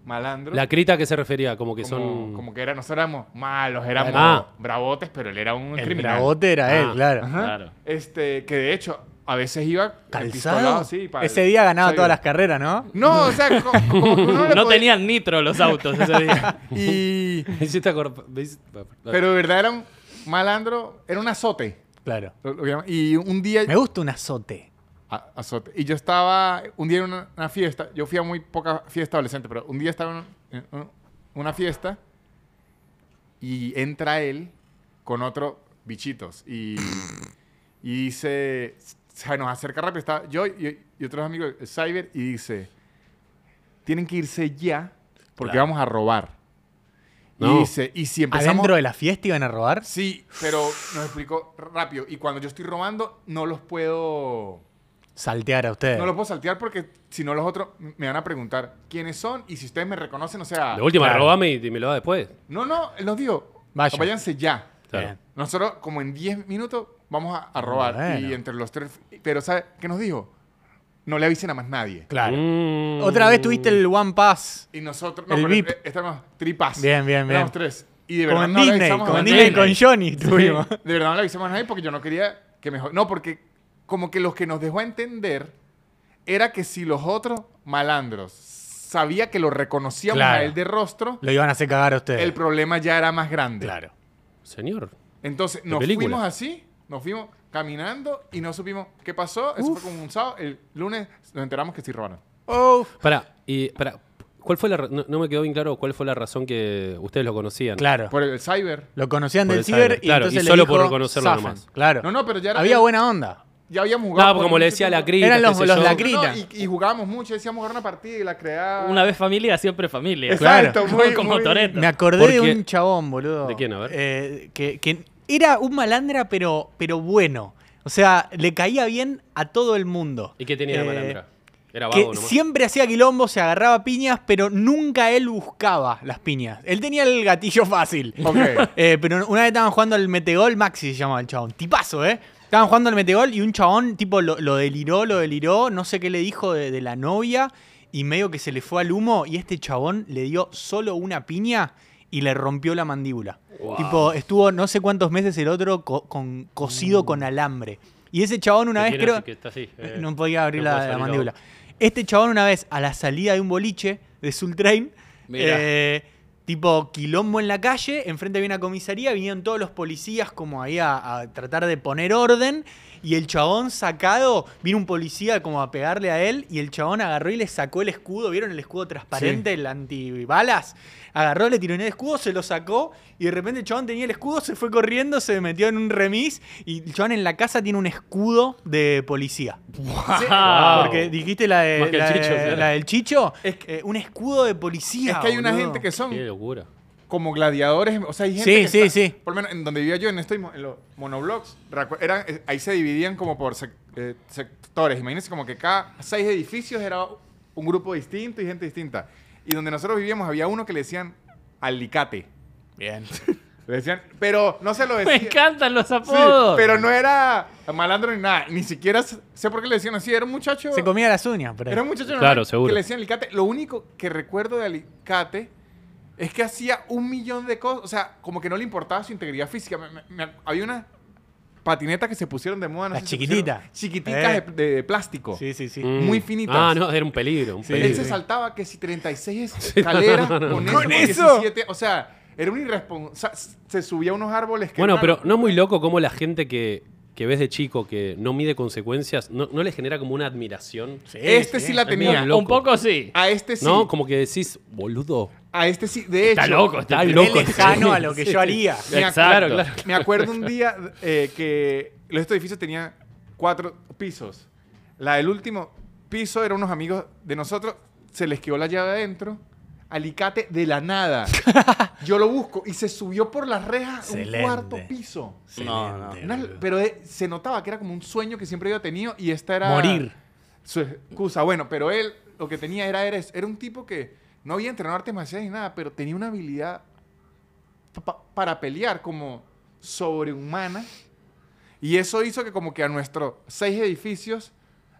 E: malandro.
C: La crita que se refería, como que
E: como,
C: son.
E: como que era, nosotros éramos malos, éramos
C: Ah.
E: bravotes, pero él era un
D: El
E: criminal.
D: bragote era él,
C: Ah.
D: claro.
E: Ajá.
B: Claro.
E: Este, que de hecho, a veces iba
D: ¿Calzado?
E: empistolado, sí, para-
D: Ese día ganaba
E: sí.
D: todas las carreras, ¿no?
E: No, o sea, co- como que uno le
B: No
E: podía-
B: tenían nitro los autos ese día.
E: Y,
C: Me hiciste acordar- me hiciste-
E: pero de verdad era un malandro, era un azote.
D: Claro.
E: lo- lo llaman. Y un día...
D: Me gusta un azote.
E: A- azote. Y yo estaba un día en una, una fiesta. Yo fui a muy poca fiesta adolescente, pero un día estaba en, un- en una fiesta y entra él con otro bichitos y, y dice, se nos acerca rápido. Estaba yo y, y otros amigos, el Cyber, y dice, tienen que irse ya porque
B: Claro.
E: vamos a robar.
C: No.
E: Y dice, y si empezamos...
D: ¿Adentro de la fiesta iban a robar?
E: Sí, pero nos explicó rápido. Y cuando yo estoy robando, no los puedo...
D: Saltear a ustedes.
E: No lo puedo saltear porque si no los otros me van a preguntar quiénes son y si ustedes me reconocen, o sea...
C: La última,
D: Claro.
C: robame y, y me lo da después.
E: No, no, los digo,
D: Vaya.
E: váyanse ya.
C: Claro.
D: Bien.
E: Nosotros como en 10 minutos vamos a, a robar
D: Bueno.
E: y entre los tres... Pero ¿sabe qué nos dijo? No le avisen a más nadie.
D: Claro.
C: Mm.
D: Otra vez tuviste el One Pass.
E: Y nosotros... No,
D: El
E: pero,
D: VIP.
E: eh, Estábamos tripas.
D: Bien, bien, bien.
E: Éramos tres. Y de
D: Como
E: verdad
D: en
E: no le
D: Disney,
E: avisamos
D: como
E: a
D: en
E: nadie.
D: Disney con Johnny tuvimos.
E: De verdad no le avisamos a nadie porque yo no quería que mejor. No, porque como que los que nos dejó entender era que si los otros malandros sabía que lo reconocíamos
D: Claro.
E: a él de rostro,
D: Lo iban a hacer cagar a ustedes.
E: el problema ya era más grande.
D: Claro.
C: Señor.
E: Entonces nos
C: película.
E: fuimos así, nos fuimos caminando y no supimos qué pasó. Eso fue como un sábado. El lunes nos enteramos que sí robaron.
D: Oh.
C: Pará, y pará. ¿Cuál fue la ra- no, no me quedó bien claro cuál fue la razón que ustedes lo conocían.
D: Claro.
E: Por el cyber.
D: Lo conocían
C: Por
D: del
C: el
D: ciber
C: cyber,
D: y
C: claro,
D: entonces
C: y
D: le
C: solo
D: dijo,
C: por reconocerlo
D: "Zafan",
C: nomás.
D: Claro.
E: No, no, pero ya era-
D: Había buena onda.
E: Ya habíamos jugado.
C: No,
E: por
C: como le
E: mucho
C: decía la
E: tiempo.
C: grita.
D: Eran
C: qué
D: los-
C: sé
D: los
C: yo.
D: lacri-
E: No,
D: grita.
E: y, y jugábamos mucho, decíamos jugar una partida y la creaba.
B: Una vez familia, siempre familia.
D: Claro.
E: Exacto, muy,
B: como
E: muy-
B: Toretto.
D: Me acordé
C: Porque-
D: de un chabón, boludo.
C: ¿De quién? A ver.
D: Eh, que, que era un malandra, pero, pero bueno. O sea, le caía bien a todo el mundo.
C: ¿Y qué tenía
D: Eh,
C: la malandra? Era
D: Que
C: vago nomás.
D: siempre hacía quilombo, se agarraba piñas, pero nunca él buscaba las piñas. Él tenía el gatillo fácil.
E: Ok.
D: Eh, pero una vez estaban jugando al metegol, Maxi se llamaba el chabón. Tipazo, ¿eh? Estaban jugando al metegol y un chabón, tipo, lo, lo deliró, lo deliró, no sé qué le dijo de, de la novia y medio que se le fue al humo y este chabón le dio solo una piña y le rompió la mandíbula. Tipo, estuvo no sé cuántos meses el otro co- con, cosido con alambre. Y ese chabón una
C: Que
D: vez
C: tiene
D: creo...
C: así que está así, eh,
D: No podía abrir
C: no
D: la,
C: puede
D: la
C: salir
D: mandíbula.
C: abajo.
D: Este chabón una vez a la salida de un boliche de Sultrain,
B: Mirá.
D: eh, tipo quilombo en la calle, enfrente había una comisaría, vinieron todos los policías como ahí a, a tratar de poner orden y el chabón sacado, vino un policía como a pegarle a él y el chabón agarró y le sacó el escudo, ¿vieron el escudo transparente, el antibalas? Agarró, le tiró en el escudo, se lo sacó y de repente el chabón tenía el escudo, se fue corriendo, se metió en un remis y el chabón en la casa tiene un escudo de policía.
E: Sí,
B: Ah,
C: Wow.
D: Ah, Porque dijiste la, de-
C: Más que el
D: la de-
C: Chicho, claro.
D: la del Chicho, eh, un escudo de policía.
E: Es que hay una
D: boludo.
E: gente que son
C: Qué locura.
E: como gladiadores. O sea, hay gente
D: Sí,
E: que
D: sí,
E: está-
D: sí.
E: Por lo menos en donde vivía yo, en estos mo- en los monoblocks, recu- eran, eh, ahí se dividían como por sec- eh, sectores. Imagínense como que cada seis edificios era un grupo distinto y gente distinta. Y donde nosotros vivíamos había uno que le decían alicate.
D: Bien.
E: Le decían, pero no se lo
B: Me
E: decían.
B: encantan los
E: Sí,
B: apodos.
E: pero no era malandro ni nada. Ni siquiera s- sé por qué le decían así. Era un muchacho.
D: Se comía las uñas, pero.
E: Era un muchacho normal
C: Claro, seguro.
E: que le decían Alicate. Lo único que recuerdo de Alicate es que hacía un millón de cosas. O sea, como que no le importaba su integridad física. Me- me- me- había unas patinetas que se pusieron de moda. No
D: Las
E: sé si se
D: chiquititas.
E: pusieron- Chiquiticas
D: Eh.
E: de, de plástico.
D: Sí, sí, sí.
C: Mm.
E: Muy finitas.
C: Ah, no, era un peligro. Un
E: Él
C: peligro.
E: se saltaba que si 36 escaleras con eso,
D: ¿Con
E: con
D: eso?
E: 17. O sea, era un irresponsable. Se subía a unos árboles que.
C: Bueno,
E: eran-
C: pero no es muy loco como la gente que, que ves de chico que no mide consecuencias, no, no le genera como una admiración.
E: Este sí, la
C: Es medio
E: tenía.
C: loco.
B: Un poco sí.
E: A este sí.
C: ¿No? Como que decís, boludo.
E: A este sí. De hecho.
B: Está loco,
C: está
B: está loco.
C: loco.
D: Es lejano a lo que yo haría.
E: Me ac-
B: Exacto.
C: Claro, claro.
E: Me acuerdo un día eh, que estos edificios tenían cuatro pisos. La del último piso eran unos amigos de nosotros. Se les quedó la llave adentro. Alicate de la nada. Yo lo busco y se subió por las rejas a un
D: Excelente.
E: cuarto piso.
B: No, no.
D: Excelente,
E: Una-
D: boludo.
E: pero eh, se notaba que era como un sueño que siempre había tenido y esta era
D: Morir.
E: su excusa. Bueno, pero él lo que tenía era, era, eso. era un tipo que no había entrenado artes marciales ni nada, pero tenía una habilidad pa- pa- para pelear como sobrehumana. Y eso hizo que como que a nuestros seis edificios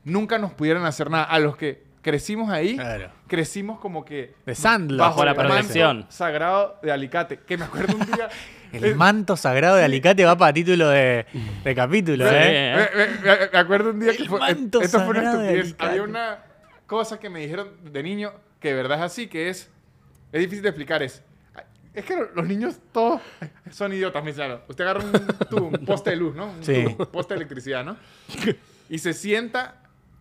E: nunca nos pudieran hacer nada. A los que crecimos ahí,
D: Claro.
E: crecimos como que
D: De Sandlot.
E: bajo
B: la
E: el manto
B: protección.
E: sagrado de Alicate. Que me acuerdo un día. eh,
D: El manto sagrado de Alicate va para título de, de capítulo,
B: Sí.
D: ¿eh?
E: Me, me- me- me acuerdo un día que
D: El
E: fue,
D: manto
E: esto fue una
D: sagrado de
E: estupidez.
D: Alicante.
E: Había una cosa que me dijeron de niño que de verdad es así, que es es difícil de explicar es es que los niños todos son idiotas, me dicen, Usted agarra un, tubo, un poste de luz, ¿no? Un
D: Sí.
E: tubo, un poste de electricidad, ¿no? Y se sienta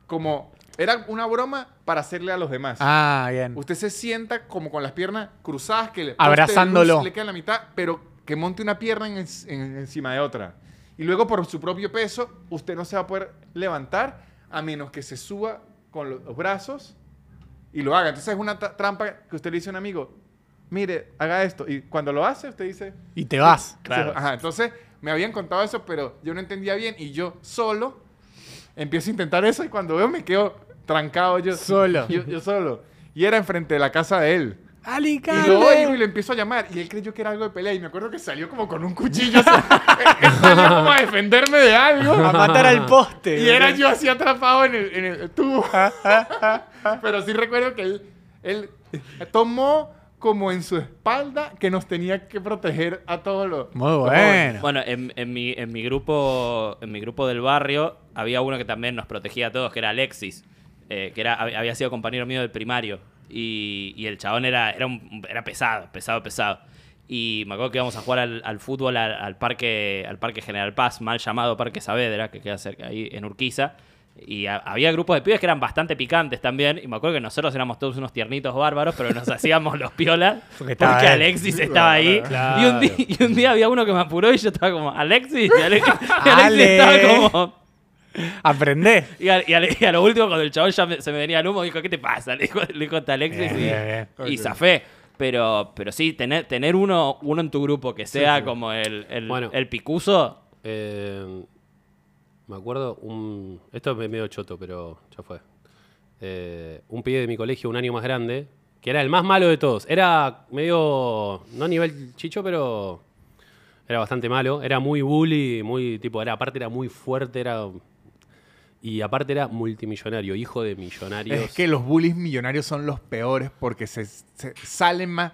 E: como era una broma para hacerle a los demás.
D: Ah, bien.
E: Usted se sienta como con las piernas cruzadas, que le,
D: Abrazándolo.
E: le queda en la mitad, pero que monte una pierna en- en- encima de otra. Y luego, por su propio peso, usted no se va a poder levantar a menos que se suba con los brazos y lo haga. Entonces es una tra- trampa que usted le dice a un amigo, mire, haga esto. Y cuando lo hace, usted dice,
D: Y te vas.
B: Claro.
E: Ajá, entonces me habían contado eso, pero yo no entendía bien y yo solo empiezo a intentar eso y cuando veo me quedo trancado yo
D: Solo.
E: Yo, yo solo. Y era enfrente de la casa de él.
D: ¡Alicate!
E: Y lo oigo y le empiezo a llamar y él creyó que era algo de pelea y me acuerdo que salió como con un cuchillo. o sea, él salió como a defenderme de algo.
D: A matar al poste.
E: Y era yo así atrapado en el, en el tubo. Pero sí recuerdo que él, él tomó como en su espalda que nos tenía que proteger a todos los...
D: Muy bueno.
B: Bueno, en, en mi, en, mi grupo, en mi grupo del barrio había uno que también nos protegía a todos, que era Alexis, eh, que era, hab- había sido compañero mío del primario. Y, y el chabón era, era, un- era pesado, pesado, pesado. Y me acuerdo que íbamos a jugar al, al fútbol al, al parque, al parque General Paz, mal llamado Parque Saavedra, que queda cerca ahí en Urquiza. Y ha- había grupos de pibes que eran bastante picantes también. Y me acuerdo que nosotros éramos todos unos tiernitos bárbaros, pero nos hacíamos los piolas.
D: Porque
B: Porque,
D: estaba él.
B: Alexis estaba ahí.
C: Claro.
B: Y un día, y un día había uno que me apuró y yo estaba como, Alexis. Y Ale- y Alexis,
D: Ale.
B: estaba como.
D: Aprendé.
B: Y a, y a- y a lo último, cuando el chabón ya me- se me venía el humo, dijo, ¿qué te pasa? Le dijo, le dijo hasta Alexis
D: Bien,
B: y,
C: Eh,
D: bien,
E: bien.
B: y zafé. Pero, pero sí, tener, tener uno, uno en tu grupo que sea como el, el,
C: Bueno.
B: el picuso.
C: Eh, me acuerdo un. Esto es medio choto, pero ya fue. Eh, un pibe de mi colegio, un año más grande, que era el más malo de todos. Era medio. No a nivel chicho, pero. Era bastante malo. Era muy bully, muy. Tipo, era, aparte era muy fuerte, era. Y aparte era multimillonario, hijo de millonarios.
E: Es que los bullies millonarios son los peores porque se, se salen más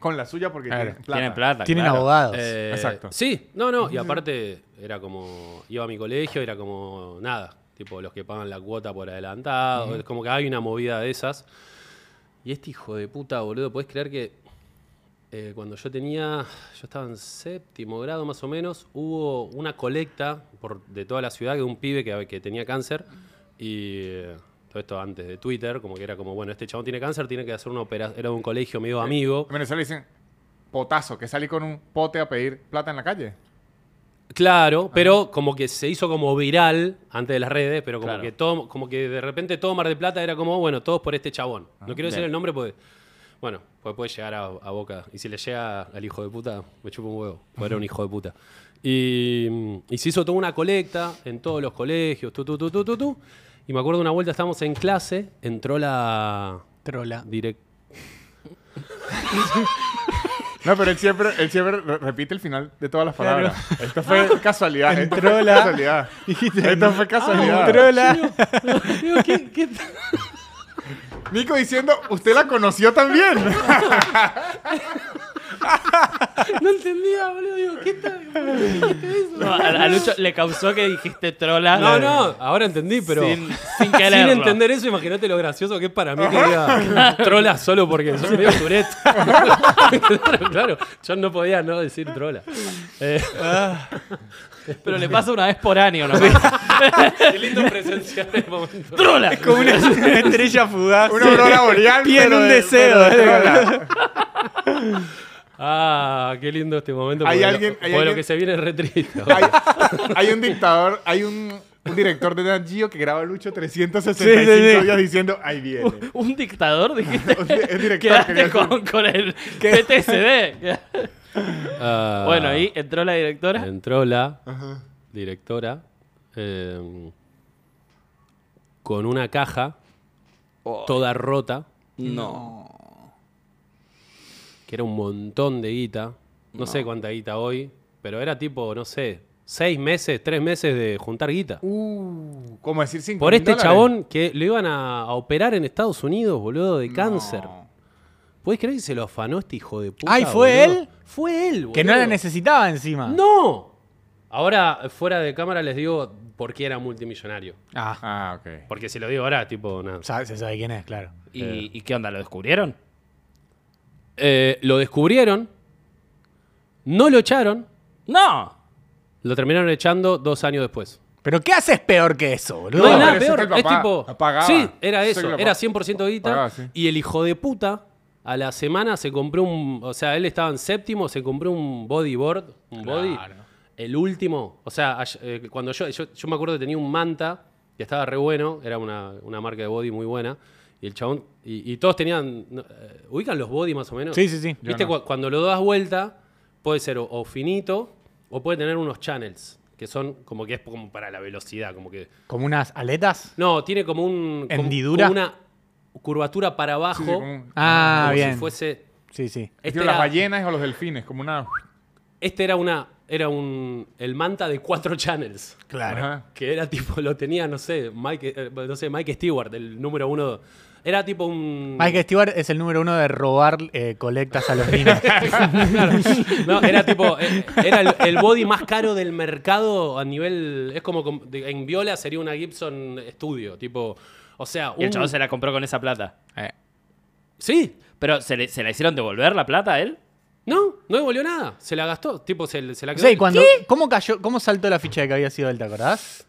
E: con la suya porque
D: Claro.
E: tienen plata.
B: Tienen plata.
D: Tienen
B: claro.
D: abogados.
C: Eh,
E: Exacto.
C: Sí, no, no. Y aparte era como, iba a mi colegio, era como nada. Tipo, los que pagan la cuota por adelantado. Es como que hay una movida de esas. Y este hijo de puta, boludo, ¿podés creer que eh, cuando yo tenía, yo estaba en séptimo grado más o menos, hubo una colecta por, de toda la ciudad de un pibe que, que tenía cáncer y eh, todo esto antes de Twitter, como que era como, bueno, este chabón tiene cáncer, tiene que hacer una operación, era de un colegio medio amigo.
E: En Venezuela dicen potazo, que salí con un pote a pedir plata en la calle.
C: Claro, pero como que se hizo como viral antes de las redes, pero como
B: Claro.
C: que todo, como que de repente todo Mar del Plata era como, bueno, todos por este chabón. no quiero decir
B: Ah, bien.
C: el nombre porque, bueno, pues puede llegar a, a boca. Y si le llega al hijo de puta, me chupa un huevo. porque Era un hijo de puta. Y, y se hizo toda una colecta en todos los colegios, tu, tu, tu, tu, tu, tu. Y me acuerdo una vuelta, estábamos en clase, entró la
D: Trola.
C: direct
E: No, pero él siempre, él siempre re- repite el final de todas las
D: Claro.
E: palabras. Esto fue casualidad. Esto fue
D: Entrola.
E: casualidad. Esto
D: "Ah,
E: fue casualidad.
D: Trola.
E: Nico diciendo, usted la conoció también.
C: No entendía, boludo. Digo, ¿qué está?
B: No, a, a Lucho le causó que dijiste trola.
C: No, no, ahora entendí, pero.
B: Sin, sin quererlo.
C: Sin entender eso, imagínate lo gracioso que es para mí que diga trola solo porque soy medio Tourette. claro, claro, yo no podía no decir trola. Eh,
B: Pero le pasa una vez por año nomás.
C: qué lindo presenciar el momento.
B: ¡Trola!
D: Como una estrella fugaz.
E: Una aurora boreal.
D: Pie en
E: pero
D: un
E: de-
D: deseo,
E: pero de
D: eh.
E: trola.
C: Ah, qué lindo este momento.
E: Hay
C: porque
E: alguien-
C: lo,
E: hay
C: porque lo
E: alguien-
C: que se viene es re triste.
E: Hay, hay un dictador, hay un, un director de Nat Geo que graba Lucho 365
D: Sí, sí, sí.
E: días diciendo, ahí viene.
B: ¿Un dictador? Dijiste.
E: Un di- Es director.
B: Quedaste
E: quería
B: con, con el PTSD.
C: Ah,
B: Bueno, ahí entró la directora.
C: Entró la directora eh, con una caja toda rota.
B: No.
C: que era un montón de guita. No, sé cuánta guita hoy, pero era tipo, no sé, seis meses, tres meses de juntar guita.
E: Uh, como decir 5
C: Por este chabón que lo iban a, a operar en Estados Unidos, boludo, de cáncer. ¿Puedes creer que se lo afanó este hijo de puta?
D: Ay, ¿fue
C: boludo?
D: él?
C: Fue él, boludo.
D: Que no la necesitaba encima.
C: ¡No! Ah. Ahora, fuera de cámara, les digo por qué era multimillonario.
D: Ah,
E: Ah, ok.
C: Porque si lo digo ahora, tipo, nada.
D: sa- se sabe quién es, claro.
B: ¿Y, y qué onda? ¿Lo descubrieron?
C: Eh, lo descubrieron, no lo echaron,
B: ¡No!
C: lo terminaron echando dos años después.
D: Pero ¿qué haces peor que eso,
C: No,
D: boludo?
C: hay
E: pero
C: nada
E: eso
C: peor,
E: que el
C: es
E: papá
C: tipo...
E: apagaba.
C: Sí, era
E: Eso
C: eso,
E: que lo
C: era
E: apagaba.
C: 100% guita.
E: Apagaba, sí.
C: Y el hijo de puta, a la semana se compró un... O sea, él estaba en séptimo, se compró un bodyboard, un body. El último, o sea, ay- eh, cuando yo, yo... yo me acuerdo que tenía un manta que estaba re bueno, era una, una marca de body muy buena. Y el chabón... Y, y todos tenían... no, eh, ¿Ubican los body más o menos?
D: Sí, sí, sí.
E: Yo
C: Viste,
E: no.
C: cu- cuando lo das vuelta, puede ser o, o finito o puede tener unos channels, que son como que es como para la velocidad, como que...
D: Como unas aletas.
C: No, tiene como un... como-
D: ¿Hendidura?
C: como una curvatura para abajo,
E: Sí, sí, como un-
D: Ah,
C: como
D: bien.
C: si fuese...
D: Sí, sí.
E: es
C: Este
E: tipo las
C: era,
E: ballenas o los delfines, como una.
C: este era una... Era un... El manta de cuatro channels.
D: Claro.
E: Ajá.
C: Que era tipo... Lo tenía, no sé, Mike... eh, no sé, Mike Stewart, el número uno... Era tipo un...
D: Mike Stewart es el número uno de robar eh, colectas a los niños.
C: No, era tipo, eh, era el, el body más caro del mercado a nivel, es como, com- de- en Viola sería una Gibson Studio, tipo, o sea,
B: Y el
C: un-
B: chabón se la compró con esa plata.
C: Sí,
B: ¿Pero se, le- se la hicieron devolver la plata a él?
C: no, no devolvió nada, se la gastó, tipo, se, se la quedó.
D: Sí, cuando, ¿cómo, cayó, ¿Cómo saltó la ficha de que había sido él, te acordás?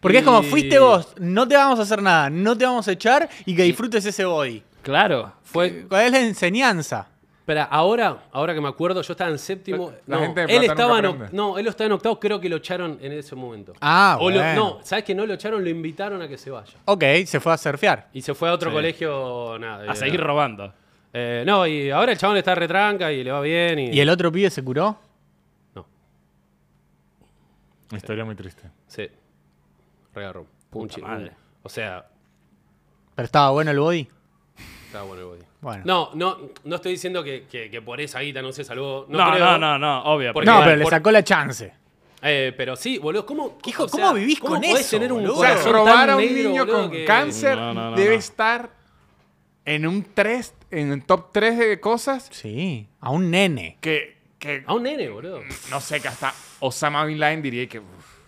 D: Porque es como,
C: Y-
D: fuiste vos, no te vamos a hacer nada, no te vamos a echar y que disfrutes ese body.
B: Claro.
C: Fue,
D: ¿Cuál es la enseñanza?
C: espera, ahora, ahora que me acuerdo, yo estaba en séptimo,
E: La
C: no,
E: gente de
C: él
E: plata
C: estaba en,
E: nunca
C: oc-
E: aprende.
C: no, él estaba en octavo, creo que lo echaron en ese momento.
D: Ah,
C: O lo-
D: bueno.
C: no, sabes que no lo echaron, lo invitaron a que se vaya.
D: Ok, se fue a surfear.
C: Y se fue a otro colegio, nada.
B: A
C: eh,
B: seguir robando.
C: eh, no, y ahora el chabón está retranca y le va bien. Y,
D: ¿Y el otro pibe se curó?
C: No,
E: Una historia muy triste.
C: Sí. Regarro.
B: Puta madre.
C: O sea,
D: ¿Pero estaba bueno el body?
C: está bueno el body.
D: Bueno.
C: No, no, no estoy diciendo que, que- que por esa guita no se salvó. No,
B: No, no,
C: creo.
B: no, no, obvio.
C: Porque-
D: No,
C: Igual,
D: pero le
C: por-
D: sacó la chance.
C: Eh, pero sí, boludo. ¿Cómo,
D: Hijo, ¿cómo vivís con
C: podés
D: eso,
C: tener un
D: boludo?
E: O sea,
C: corazón
E: robar
C: tan
E: a un
C: negro,
E: niño
C: boludo,
E: con
C: que-
E: cáncer
B: No, no, no,
E: debe
B: no.
E: estar en un 3, en el top 3 de cosas
D: Sí, a un nene.
E: que, que
C: A un nene, boludo.
E: no sé, que hasta Osama Bin Laden diría que... uf,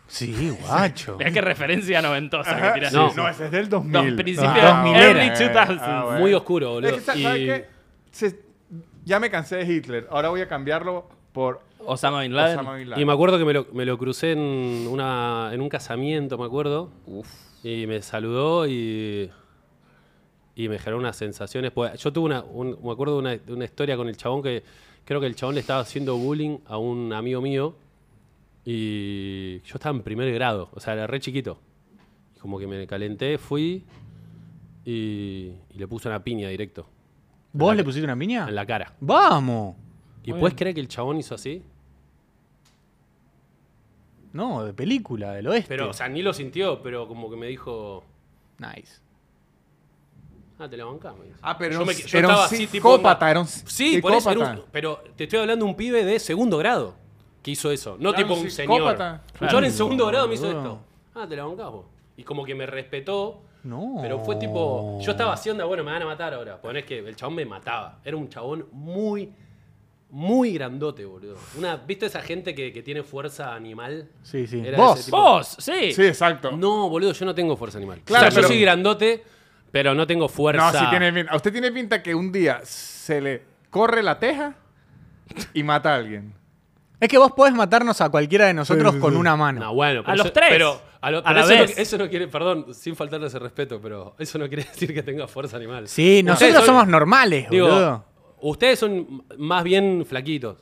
D: Sí, guacho.
B: Mirá qué referencia noventosa que tiraste.
C: No.
E: ese es del
B: Dos principios.
D: Ah, dos
B: early
E: mileras.
B: 2000s.
E: Ah, bueno.
C: Muy oscuro, boludo.
E: Es que, sa-
C: Y-
E: ¿sabes qué? Se- ya me cansé de Hitler. Ahora voy a cambiarlo por
B: Osama Bin Laden.
E: Osama Bin Laden.
C: Y me acuerdo que me lo, me lo crucé en, una, en un casamiento, me acuerdo. Y me saludó y, y me generó unas sensaciones. Pues yo tuve una, un- me acuerdo de una, de una historia con el chabón que creo que el chabón le estaba haciendo bullying a un amigo mío. Y yo estaba en primer grado, o sea, era re chiquito. Y como que me calenté, fui y, y le puse una piña directo
D: ¿Vos le pusiste una piña?
C: en la cara.
D: Vamos.
C: ¿Y puedes creer que el chabón hizo así?
D: No, de película, del oeste.
C: Pero, o sea, ni lo sintió, pero como que me dijo...
D: nice.
C: Ah, te la bancás, me dice.
E: Ah, pero
C: Yo
E: era
C: me-
E: un-
C: yo
E: era un
C: estaba así, tipo,
E: psicópata,
C: onda-
E: era un
C: Sí, por eso, era un-
E: psicópata.
C: pero te estoy hablando de un pibe de segundo grado que hizo eso. No
E: Era
C: tipo
E: un
C: un señor.
E: psicópata.
C: Yo
B: Claro.
C: en segundo grado me hizo
D: Boludo.
C: esto. Ah, te la bancás vos. Y como que me respetó.
D: No.
C: Pero fue tipo, yo estaba haciendo, bueno, me van a matar ahora. Porque no es que el chabón me mataba. Era un chabón muy, muy grandote, boludo. Una, ¿Viste esa gente que, que tiene fuerza animal?
D: Sí, sí.
C: Era
D: Vos.
C: ese tipo.
B: Vos, sí.
E: Sí, exacto.
C: No, boludo, yo no tengo fuerza animal.
E: Claro,
C: o sea, yo
E: pero-
C: soy grandote, pero no tengo fuerza.
E: No, sí tiene pinta. Usted tiene pinta que un día se le corre la teja y mata a alguien.
D: Es que vos podés matarnos a cualquiera de nosotros
E: Sí, sí,
D: con
E: sí.
D: una mano.
C: No, bueno, pero
B: A los
C: eso-
B: tres.
C: Pero, a lo-
B: A
C: pero
B: la
C: eso,
B: vez.
C: No, eso no quiere, perdón, sin faltarle ese respeto, pero eso no quiere decir que tenga fuerza animal.
D: Sí,
C: Ustedes
D: nosotros
C: son-
D: somos normales,
C: digo,
D: boludo.
C: Ustedes son m- más bien flaquitos.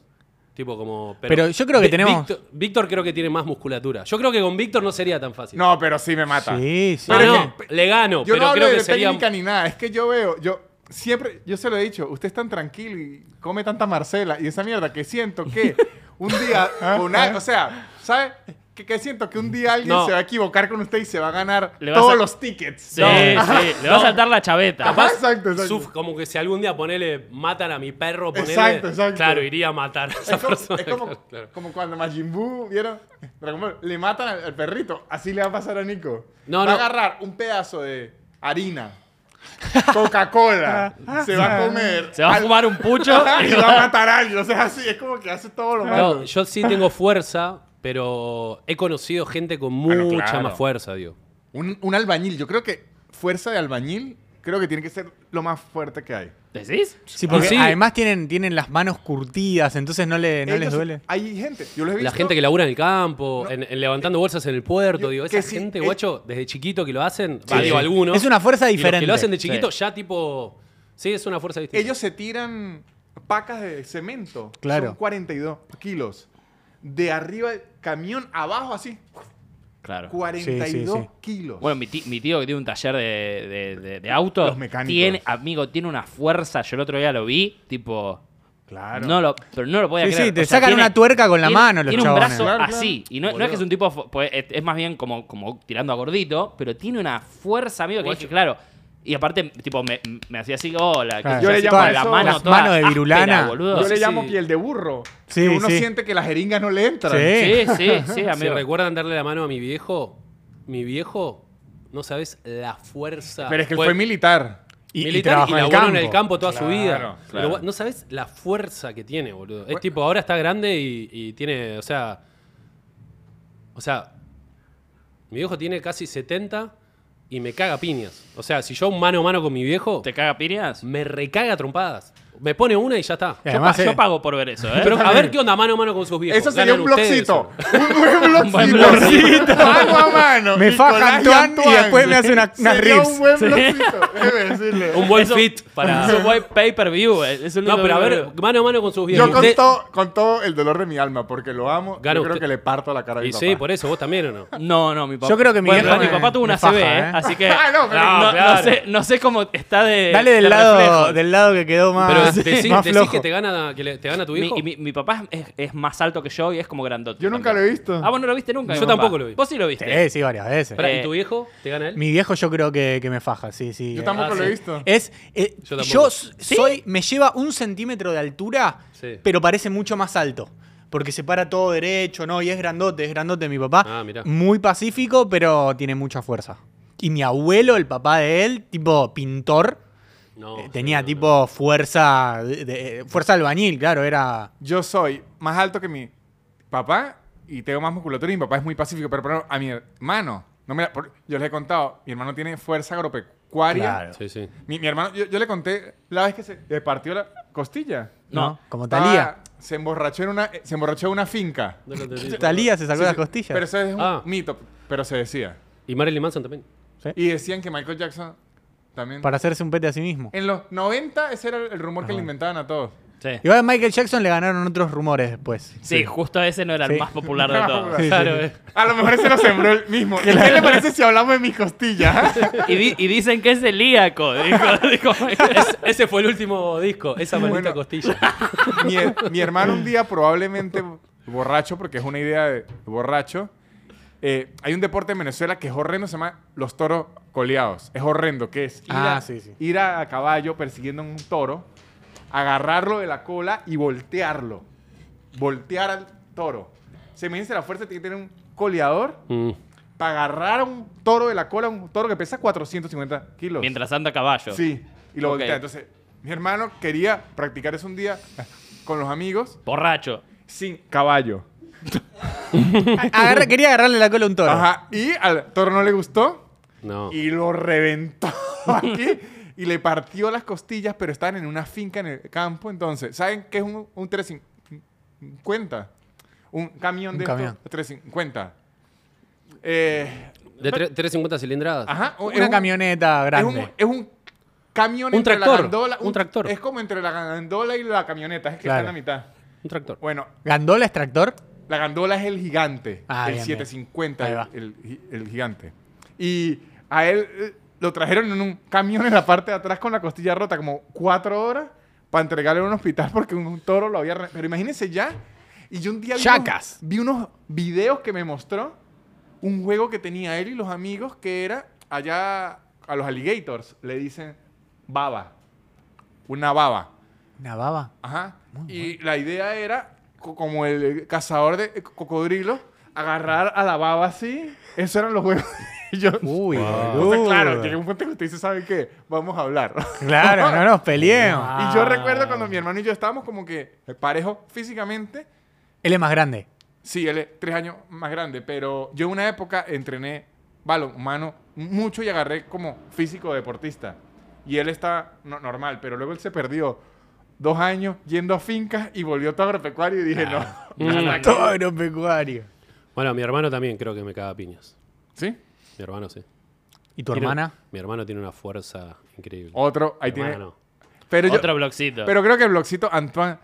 C: Tipo como.
D: Pero yo creo que
C: Vi-
D: tenemos-
C: Víctor, Víctor creo que tiene más musculatura. Yo creo que con Víctor no sería tan fácil. Ah,
E: No, pero sí me mata.
D: Sí, sí.
C: No,
E: Pero
C: no,
E: es que-
C: le gano.
E: Yo
C: pero
E: no hablo
C: creo
E: de
C: que sería.
E: técnica ni nada. Es que yo veo, yo siempre, yo se lo he dicho, usted es tan tranquilo y
C: Ah,
E: come tanta Marcela y esa mierda que siento que un día, una- o sea, ¿sabe? que, que siento que un día alguien
C: No.
E: se va a equivocar con usted y se va a ganar
B: Le vas
E: todos
B: a-
E: los tickets.
B: Sí,
C: No.
B: sí, le va a saltar la chaveta.
E: Capaz- Exacto, exacto.
C: Suf- como que si algún día ponele, matan a mi perro, ponele.
E: Exacto, exacto.
C: Claro, iría a matar a esa
E: Es como,
C: persona.
E: es como,
C: claro.
E: como cuando Majin Buu, ¿vieron? Dragon Ball, le matan al, al perrito. Así le va a pasar a Nico.
C: No,
E: va
C: no.
E: a agarrar un pedazo de harina, Coca-Cola, se va
C: Ah.
E: a comer.
B: Se va a
E: al-
B: fumar un pucho.
E: y va a matar a alguien. O sea, así es como que hace todo lo malo.
C: No, yo sí tengo fuerza, pero he conocido gente con
E: Ah,
C: mucha
E: no, claro.
C: más fuerza, digo.
E: Un, un albañil, yo creo que fuerza de albañil, creo que tiene que ser lo más fuerte que hay.
B: ¿Decís?
D: Sí, porque
C: Sí.
D: además tienen, tienen las manos curtidas, entonces no, le, no les
E: Ellos-
D: duele.
E: Hay gente, yo los he visto.
C: La gente que labura en el campo, en, en levantando bolsas en el puerto,
E: Yo-
C: digo,
E: que
C: esa
E: sí,
C: gente,
E: eh.
C: guacho, desde chiquito que lo hacen, va,
B: Sí.
C: digo, algunos.
D: Es una fuerza
C: y los Que
D: diferente.
C: lo hacen de chiquito, ya tipo. Sí, es una fuerza distinta.
E: Ellos se tiran pacas de cemento.
D: Claro.
E: Son 42 kilos. De arriba del camión, abajo así.
B: Claro.
E: 42
D: Sí, sí, sí.
E: kilos.
B: Bueno, mi ti- mi tío, que tiene un taller de, de, de- de autos.
E: Los mecánicos.
B: Tiene, amigo, tiene una fuerza. Yo el otro día lo vi, tipo.
E: claro.
B: No lo, pero no lo podía
D: Sí,
B: creer.
D: sí, te sacan una tuerca con la
B: tiene-
D: mano los
B: Tiene un
D: chabones.
B: brazo
E: Claro, claro.
B: así. Y no, no es que es un tipo. fo- pues, es- Es más bien como, como tirando a gordito, pero tiene una fuerza, amigo, que dije, claro. Y aparte, tipo, me, me hacía así, hola. qué
D: Claro.
B: sé
E: Yo le
B: así,
E: llamo
B: con
E: a
B: la
E: eso-
B: mano
D: Las
B: toda
D: manos de
B: áspera,
D: virulana.
B: boludo.
E: Yo
C: No
E: le
C: sé
E: llamo
C: si-
E: piel de burro.
D: Sí,
E: que uno
D: sí.
E: siente que las jeringas no le entran.
D: Sí.
B: Sí, sí, sí,
C: Si
B: amigo.
C: recuerdan darle la mano a mi viejo, mi viejo, no sabes la fuerza.
E: Pero es que él fue militar.
D: Y- y
C: militar
D: trabajó
C: y,
D: en el
C: laburó en
D: campo.
C: el campo toda su vida.
E: Claro,
C: Pero
B: claro.
C: vos- no sabes la fuerza que tiene, boludo. Es
E: Bueno.
C: tipo, ahora está grande y, y tiene, o sea. O sea, mi viejo tiene casi 70 y me caga piñas. O sea, si yo un mano a mano con mi viejo,
B: ¿Te caga piñas?
C: me recaga a trompadas. Me pone una y ya está.
D: Y
B: Yo,
D: además,
B: pa- yo
D: eh,
B: pago por ver eso, ¿eh?
C: Pero a ver qué onda mano a mano con sus viejos.
E: Eso sería
C: Ganan
E: un
C: ustedes,
E: blogcito.
C: boludo.
E: un buen
B: Un buen
E: blogcito.
B: blogcito.
E: Mano a mano.
D: Me
E: y
D: faja
E: collage
D: Antoine y después me hace una- unas
E: Sería
D: riffs.
E: un buen blogcito. Debe decirle.
C: Un buen
B: Eso-
C: fit para.
B: Es un buen pay per view.
E: eh,
B: Es el
C: No,
B: único
C: pero a
B: que-
C: ver, mano a mano con sus viejos.
E: Yo con
C: Usted-
E: todo, con todo el dolor de mi alma, porque lo amo,
C: Gana
E: yo creo
C: usted.
E: que le parto la cara a mi
C: Y
E: papá.
C: sí, por eso, vos también o no.
B: No, no, mi papá.
D: Yo creo que mi
B: Bueno,
D: viejo
B: mi
D: me-
B: papá tuvo
D: me
B: una
D: faja,
B: CB, ¿eh?
D: ¿eh?
B: Así que.
E: Ah, no, pero-
B: no,
C: claro.
B: no sé, no sé cómo está de.
D: Dale del
B: de
D: lado,
B: reflejos.
D: del lado que quedó más,
C: Eh, Pero
D: Ah, sí,
C: decí,
D: más
C: decí
D: flojo.
C: que te gana, que le- te gana tu
B: Mi,
C: hijo.
B: y mi- mi papá es, es más alto que yo y es como grandote.
E: Yo nunca lo he visto.
B: Ah, vos no lo viste nunca. mi
C: Yo
B: papá.
C: tampoco lo vi.
B: Vos sí lo viste.
D: Sí, sí, varias veces.
C: Pará,
B: eh,
C: ¿Y tu viejo? ¿Te gana él?
D: Mi viejo yo creo que, que me faja, sí, sí.
E: Yo
D: Eh,
E: tampoco
C: Ah,
E: lo he
C: sí.
E: visto.
D: Es, eh,
C: Yo
D: yo
C: tampoco.
D: s- soy, me lleva un centímetro de altura,
C: Sí.
D: pero parece mucho más alto. Porque se para todo derecho, ¿no? Y es grandote, es grandote mi papá.
C: Ah, mirá.
D: Muy pacífico, pero tiene mucha fuerza. Y mi abuelo, el papá de él, tipo pintor,
C: No,
D: eh,
C: sí,
D: tenía
C: no,
D: tipo fuerza, de- de- fuerza albañil, claro, era...
E: Yo soy más alto que mi papá y tengo más musculatura y mi papá es muy pacífico, pero, pero a mi hermano, no me la- por- yo les he contado, mi hermano tiene fuerza agropecuaria.
C: no. Sí, sí.
E: Mi, mi hermano, yo, yo le conté la vez que se le partió la costilla.
D: No,
B: No.
D: como
E: Estaba-
D: Talía.
E: se emborrachó en una, eh, se emborrachó en una finca.
C: No lo entendí.
D: Talía se sacó
E: Ah, Sí,
D: las
E: sí,
D: costillas.
E: Pero eso es un
C: Ah.
E: mito, pero se decía.
C: Y Marilyn Manson también.
E: Y decían que Michael Jackson también.
D: Para hacerse un pete a sí mismo.
E: En los 90 ese era el rumor que le inventaban a todos.
B: Sí.
D: Igual a Michael Jackson le ganaron otros rumores después.
B: Sí, justo ese no era el
D: Sí.
B: más popular de todos.
E: Sí,
C: Claro, eh.
E: A lo mejor ese lo sembró él mismo. ¿Y ¿Qué le parece si hablamos de mis costillas?
B: Y, di- y dicen que es celíaco. Dijo, dijo-
C: Es- ese fue el último disco, esa maldita
E: Bueno.
C: costilla.
E: mi, mi hermano un día probablemente borracho, porque es una idea de borracho. eh, hay un deporte en Venezuela que es horrendo, se llama los toros coleados. Es horrendo, que es ir,
D: Ah,
E: a,
D: sí, sí.
E: ir a, a caballo persiguiendo a un toro, agarrarlo de la cola y voltearlo. Voltear al toro. Se imagínense la fuerza que tiene que tener un coleador
C: Mm.
E: para agarrar a un toro de la cola, un toro que pesa 450 kilos.
B: Mientras anda a caballo.
E: Sí, y lo
B: Ok.
E: voltea. Entonces, mi hermano quería practicar eso un día con los amigos
B: Borracho.
E: sin caballo.
D: Agarra- quería agarrarle la cola a un toro.
E: Ajá, y al toro no le gustó
C: No.
E: y lo reventó aquí y le partió las costillas, pero estaban en una finca en el campo. Entonces, ¿saben qué es un, un 350? Un camión
D: Un
E: de
D: camión.
E: estos 350. Eh,
C: De tre- 350 cilindradas.
E: ajá, es
D: Una
E: un-
D: camioneta
E: Es
D: grande.
E: un, es un camión
C: Un
E: entre la
C: tractor,
E: gandola.
C: un tractor.
E: Es como entre la gandola y la camioneta, es que
D: Claro.
E: está en la mitad.
C: Un tractor.
E: Bueno,
D: ¿Gandola es tractor?
E: La gandola es el gigante.
D: Ah,
E: el
D: bien,
E: 750,
D: bien. Ahí
E: el, el- el gigante. Y a él eh, lo trajeron en un camión en la parte de atrás con la costilla rota, como cuatro horas, para entregarle a un hospital porque un, un toro lo había. re- Pero imagínense ya Y yo un día vi,
C: Chacas.
E: unos- vi unos videos que me mostró un juego que tenía él y los amigos que era allá a los alligators le dicen baba. Una baba.
D: Una baba.
E: Ajá. Y la idea era, co- como el cazador de co- cocodrilos, agarrar a la baba así. Eso eran los juegos. Y yo,
D: Uy,
E: o sea,
D: boludo.
E: claro, llega un punto que usted dice, ¿saben qué? Vamos a hablar.
D: Claro, no nos peleemos.
E: Y yo recuerdo cuando mi hermano y yo estábamos como que eh, parejos físicamente.
D: Él es más grande.
E: Sí, él es tres años más grande, pero yo en una época entrené balonmano mucho y agarré como físico deportista. Y él está no- normal, pero luego él se perdió dos años yendo a fincas y volvió todo agropecuario y dije, no. hasta aquí.
D: Toro pecuario.
C: Bueno, mi hermano también creo que me caga a piñas.
E: ¿Sí?
C: Mi hermano, sí.
D: ¿Y tu
C: Tiene-
D: hermana?
C: Mi hermano tiene una fuerza increíble.
E: Otro, Oh, ahí
C: Mi
E: tiene.
C: hermano.
E: Pero, yo,
B: Otro blogcito.
E: pero creo que el blogcito Antoine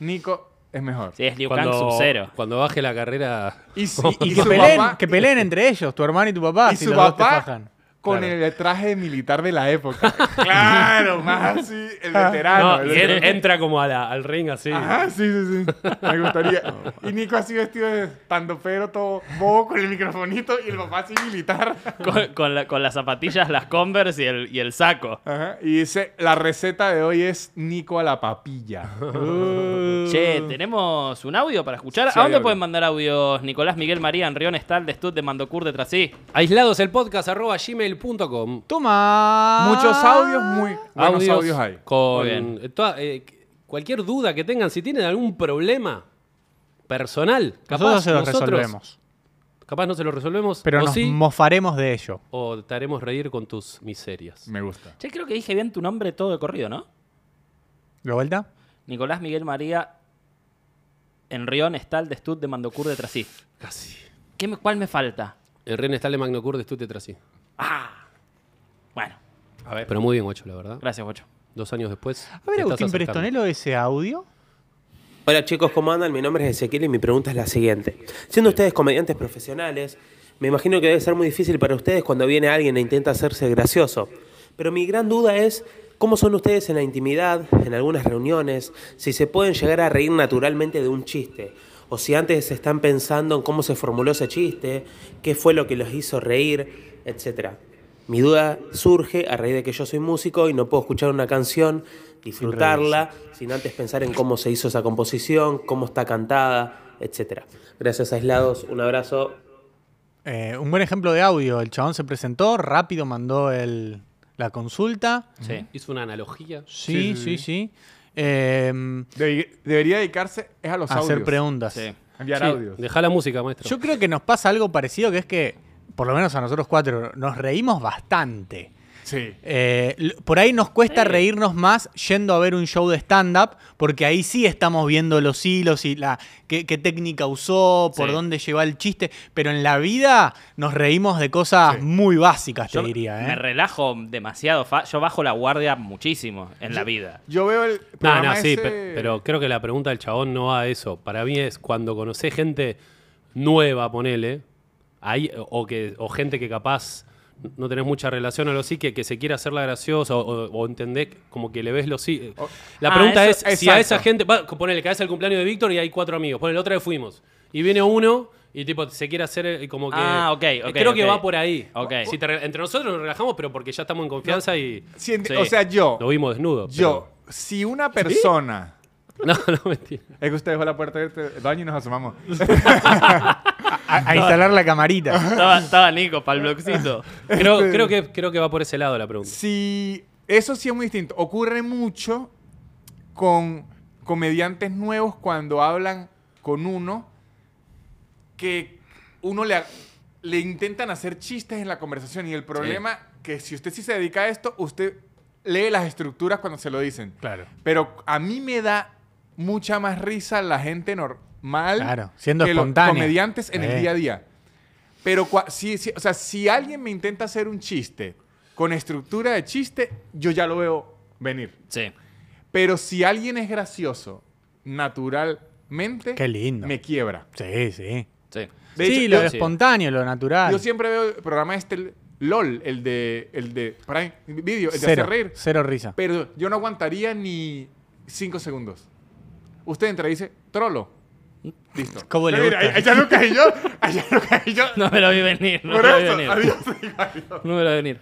E: Nico es mejor.
B: sí, es Liu Kang
C: Cuando,
B: Sub-Zero.
C: cuando baje la carrera,
E: Y, si-
D: Y,
E: y
D: que
E: su
D: peleen,
E: papá-
D: que peleen entre ellos, tu hermana y tu papá,
E: y
D: si
E: su
D: los dos te
E: papá
D: fajan.
E: con
C: Claro.
E: el traje militar de la época. claro, más así, el veterano.
C: No,
E: Ah, el
C: y
E: veterano.
C: en- entra como a la- al ring así.
E: Ajá, sí, sí, sí. Me gustaría. Y Nico así vestido de tandopero, todo bobo con el microfonito y el papá así militar.
B: Con, con la- con las zapatillas, las Converse y el, y el saco.
E: Ajá. Y dice, la receta de hoy es Nico a la papilla.
B: Che, tenemos un audio para escuchar.
E: Sí,
B: ¿A
E: hay
B: dónde
E: audio.
B: pueden mandar audios? Nicolás Miguel María, Enrión Estal, de Stud, de Mandocur, de Trasí.
C: Aislados el podcast arroba gmail.com.
D: Toma.
E: Muchos audios, muy buenos audios, hay.
C: Con
B: Muy bien.
C: eh, toda- eh, cualquier duda que tengan, si tienen algún problema personal, capaz
D: Nosotros se los
C: nosotros-
D: resolvemos.
C: Capaz no se lo resolvemos,
D: Pero
C: o
D: nos
C: sí,
D: mofaremos de ello.
C: o te haremos reír con tus miserias.
E: Me gusta.
B: Che, creo que dije bien tu nombre todo de corrido, ¿no?
D: ¿De vuelta?
B: Nicolás Miguel María, Enrión Estal, de Stud, de Mandocur, de Trasí.
C: Casi.
B: ¿Qué me- ¿Cuál me falta?
C: El Ren Eh, está de Magno Cur de Estute Trasí.
B: Bueno,
E: A ver.
C: Pero muy bien, guacho, la verdad.
B: gracias, Bocho.
C: Dos años después.
D: A ver,
C: te estás
D: Agustín
C: acercando.
D: Prestonelo, ese audio.
A: Hola chicos, ¿cómo andan? Mi nombre es Ezequiel y mi pregunta es la siguiente. Siendo ustedes comediantes profesionales, me imagino que debe ser muy difícil para ustedes cuando viene alguien e intenta hacerse gracioso. Pero mi gran duda es cómo son ustedes en la intimidad, en algunas reuniones, si se pueden llegar a reír naturalmente de un chiste, o si antes están pensando en cómo se formuló ese chiste, qué fue lo que los hizo reír, etcétera. Mi duda surge a raíz de que yo soy músico y no puedo escuchar una canción, disfrutarla, sin antes pensar en cómo se hizo esa composición, cómo está cantada, etc. Gracias, aislados. Un abrazo.
D: Eh, un buen ejemplo de audio. El chabón se presentó, rápido mandó el, la consulta.
B: Sí.
C: Hizo una analogía.
D: Sí, sí, sí. Eh,
E: debería dedicarse es a los
D: hacer
E: audios.
D: preguntas.
B: Sí.
E: Enviar
C: Sí,
E: audios.
C: Dejá la música, maestro.
D: Yo creo que nos pasa algo parecido, que es que, por lo menos a nosotros cuatro, nos reímos bastante.
E: Sí.
D: Eh, l- por ahí nos cuesta reírnos más yendo a ver un show de stand-up, porque ahí sí estamos viendo los hilos y la qué, qué técnica usó, por
B: Sí.
D: dónde lleva el chiste, pero en la vida nos reímos de cosas muy básicas, te
B: Yo
D: diría. ¿eh?
B: me relajo demasiado. fa- Yo bajo la guardia muchísimo en la vida.
E: Yo veo el
C: No,
E: programa
C: no, sí,
E: ese-
C: pe- pero creo que la pregunta del chabón no va a eso. Para mí es cuando conocés gente nueva, ponele, ahí, o, que, o gente que capaz no tenés mucha relación o lo sí, que, que se quiere hacerla graciosa o, o- o entendés como que le ves los sí. La
B: Ah,
C: pregunta
B: eso-
C: es si a
E: exacto.
C: esa gente, va, ponele, caes al cumpleaños de Víctor y hay cuatro amigos, ponele, otra vez fuimos, y viene uno... Y tipo, se quiere hacer eh, como que.
B: Ah, ok, ok,
C: Creo que
B: ok.
C: va por ahí.
B: Ok.
C: Si te re- entre nosotros nos relajamos, pero porque ya estamos en confianza y
E: Si enti-
B: Sí.
E: O sea, yo,
C: lo vimos desnudo.
E: yo, si una persona...
C: pero- No, no, mentira.
E: Es que usted dejó la puerta abierta el baño y nos asomamos.
D: A, a instalar la camarita.
B: Estaba, estaba Nico para el blogcito.
C: Creo,
E: Este-
C: creo, que, creo que va por ese lado la pregunta.
E: Si eso sí es muy distinto. Ocurre mucho con comediantes nuevos cuando hablan con uno que uno le, le intentan hacer chistes en la conversación y el problema que si usted sí se dedica a esto, usted lee las estructuras cuando se lo dicen.
C: Claro.
E: Pero a mí me da mucha más risa la gente normal
D: Claro, siendo
E: que los
D: espontánea. Eh.
E: comediantes en
D: Sí.
E: el día a día. Pero cua- si, si- o sea, si alguien me intenta hacer un chiste con estructura de chiste, yo ya lo veo venir.
B: Sí.
E: Pero si alguien es gracioso naturalmente,
D: Qué lindo.
E: me quiebra.
D: Sí, sí.
B: Sí.
E: De
D: sí,
E: hecho,
D: lo
E: yo-
D: espontáneo, lo natural.
E: Yo siempre veo el programa este el LOL, el de el de Prime Video, el de
D: cero,
E: hacer reír.
D: cero risa.
E: Pero yo no aguantaría ni cinco segundos. Usted entra y dice, trolo. Listo.
D: ¿Cómo le
E: Mira,
D: gusta?
E: allá no caí yo. Allá no caí yo.
B: No me lo vi venir. No
E: Por
B: me lo vi
E: eso.
B: venir.
E: Adiós. adiós.
B: No me lo vi venir.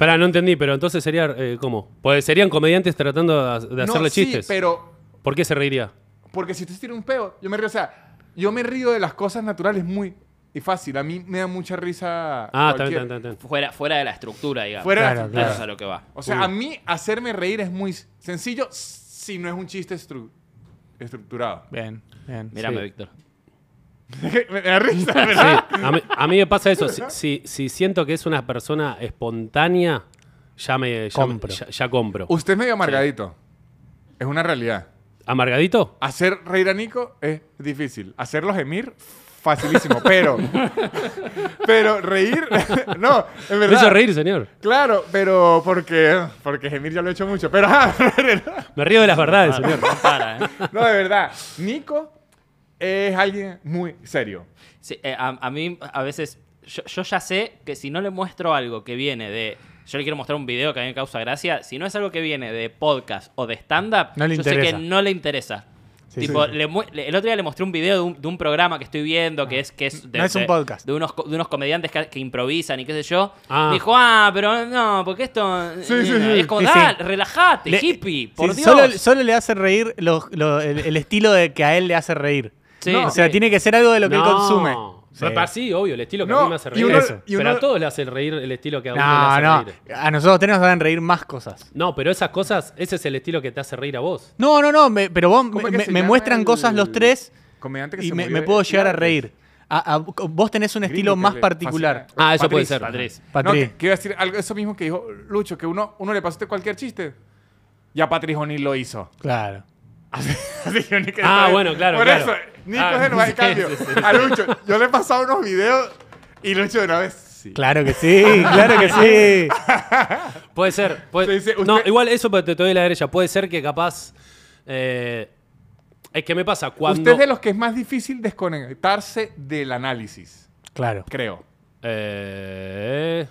C: Pará, no entendí, pero entonces sería. eh, ¿Cómo? Pues serían comediantes tratando de ha- de
E: No,
C: hacerle
E: sí,
C: chistes.
E: pero
C: ¿Por qué se reiría?
E: Porque si usted tira un peo, yo me río. O sea, yo me río de las cosas naturales muy y fácil. A mí me da mucha risa.
C: Ah, está bien,
E: cualquier-
C: está bien, está bien.
B: Fuera, fuera de la estructura, digamos.
E: Fuera de la
D: Claro,
E: estructura.
B: Eso es a lo que va.
E: O sea, a mí hacerme reír es muy sencillo si no es un chiste estru- estructurado.
D: Bien, bien.
B: Mírame,
C: Sí.
B: Víctor.
E: me da risa, ¿verdad?
C: Sí, a mí, a mí me pasa eso. Si, si- si siento que es una persona espontánea, ya me. Ya,
D: Compro.
C: ya- ya compro.
E: Usted es medio amargadito. Es una realidad.
C: ¿Amargadito?
E: Hacer reír a Nico es difícil. Hacerlo gemir, facilísimo. Pero. pero reír. no, en
C: Me
E: verdad.
C: hizo reír, señor.
E: Claro, pero porque. Porque gemir ya lo he hecho mucho. Pero. ajá,
C: Me río de las
E: Ah,
C: verdades, señor.
E: este
B: No para, ¿eh?
E: No, de verdad. Nico es alguien muy serio.
B: Sí, eh, a, a mí a veces yo, yo ya sé que si no le muestro algo que viene de yo le quiero mostrar un video que a mí me causa gracia, si no es algo que viene de podcast o de stand-up,
D: No le
B: yo sé
D: interesa.
B: que no le interesa.
D: Sí,
B: tipo,
D: sí.
B: le mu- le- el otro día le mostré un video de un, de un programa que estoy viendo que es que es de,
D: Ah. No es un
B: de-
D: podcast.
B: de unos co- de unos comediantes que, que improvisan y qué sé yo.
C: Ah.
B: Dijo, "Ah, pero no, porque esto eh,
E: Sí, sí, sí.
B: es como,
D: Sí, sí.
B: "Dale, relajate,
D: Le-
B: hippie,
D: sí,
B: por Dios."
D: Solo, solo le hace reír lo- lo- el, el estilo de que a él le hace reír.
B: Sí,
D: o sea,
B: sí.
D: tiene que ser algo de lo que él consume. Sí.
C: Sí. Pues, sí, obvio, el estilo que a
E: No,
C: mí me hace
E: y
C: reír.
E: uno-
C: Eso.
E: y uno-
C: pero a todos le hace reír el estilo que a uno le
D: No,
C: hace
D: no.
C: reír.
D: A nosotros tres nos van a reír más cosas.
C: No, pero esas cosas, ese es el estilo que te hace reír a vos.
D: No, no, no. me- pero vos
E: ¿Cómo
D: me,
E: es que
D: me-
E: se
D: me
E: llama
D: muestran
E: el
D: cosas los tres
E: Comediante que
D: y
E: se
D: me,
E: murió
D: me puedo
E: de-
D: llegar a reír. A- a- vos tenés un
E: Gringo,
D: estilo
E: que
D: más
E: le
D: particular.
E: fascina.
C: Ah, eso puede
E: Patriz.
C: ser.
B: Patriz.
E: No,
D: Patri.
E: que- quiero decir algo, eso mismo que dijo Lucho, que uno, uno le pasó este cualquier chiste. Ya Patrick O'Neill lo hizo.
D: Claro.
E: Así que Nico
C: Ah,
E: está-
C: bueno, claro,
E: Por
C: claro.
E: eso, Nico
C: Ah,
E: es el más
C: sí,
E: cambio.
C: sí, sí.
E: A Lucho, yo le he pasado unos videos y Lucho de una vez. Sí.
D: Claro que sí, claro que sí.
C: Puede ser. puede-
E: Sí, sí,
C: No,
E: usted-
C: igual eso pero te te doy la derecha. Puede ser que capaz. eh, es que me pasa cuando.
E: Usted es de los que es más difícil desconectarse del análisis,
D: Claro.
E: creo.
C: Eh,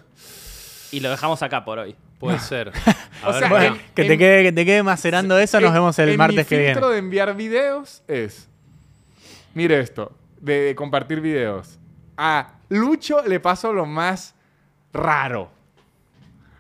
B: Y lo dejamos acá por hoy.
C: puede ser. A
E: O
C: ver, pará.
E: sea,
D: Bueno,
E: en-
D: que, te
E: en-
D: quede, que te quede macerando eso, nos
E: En-
D: vemos
E: en
D: el
E: mi
D: martes que viene.
E: filtro de enviar videos es. Mire esto, de compartir videos. A Lucho le paso lo más raro.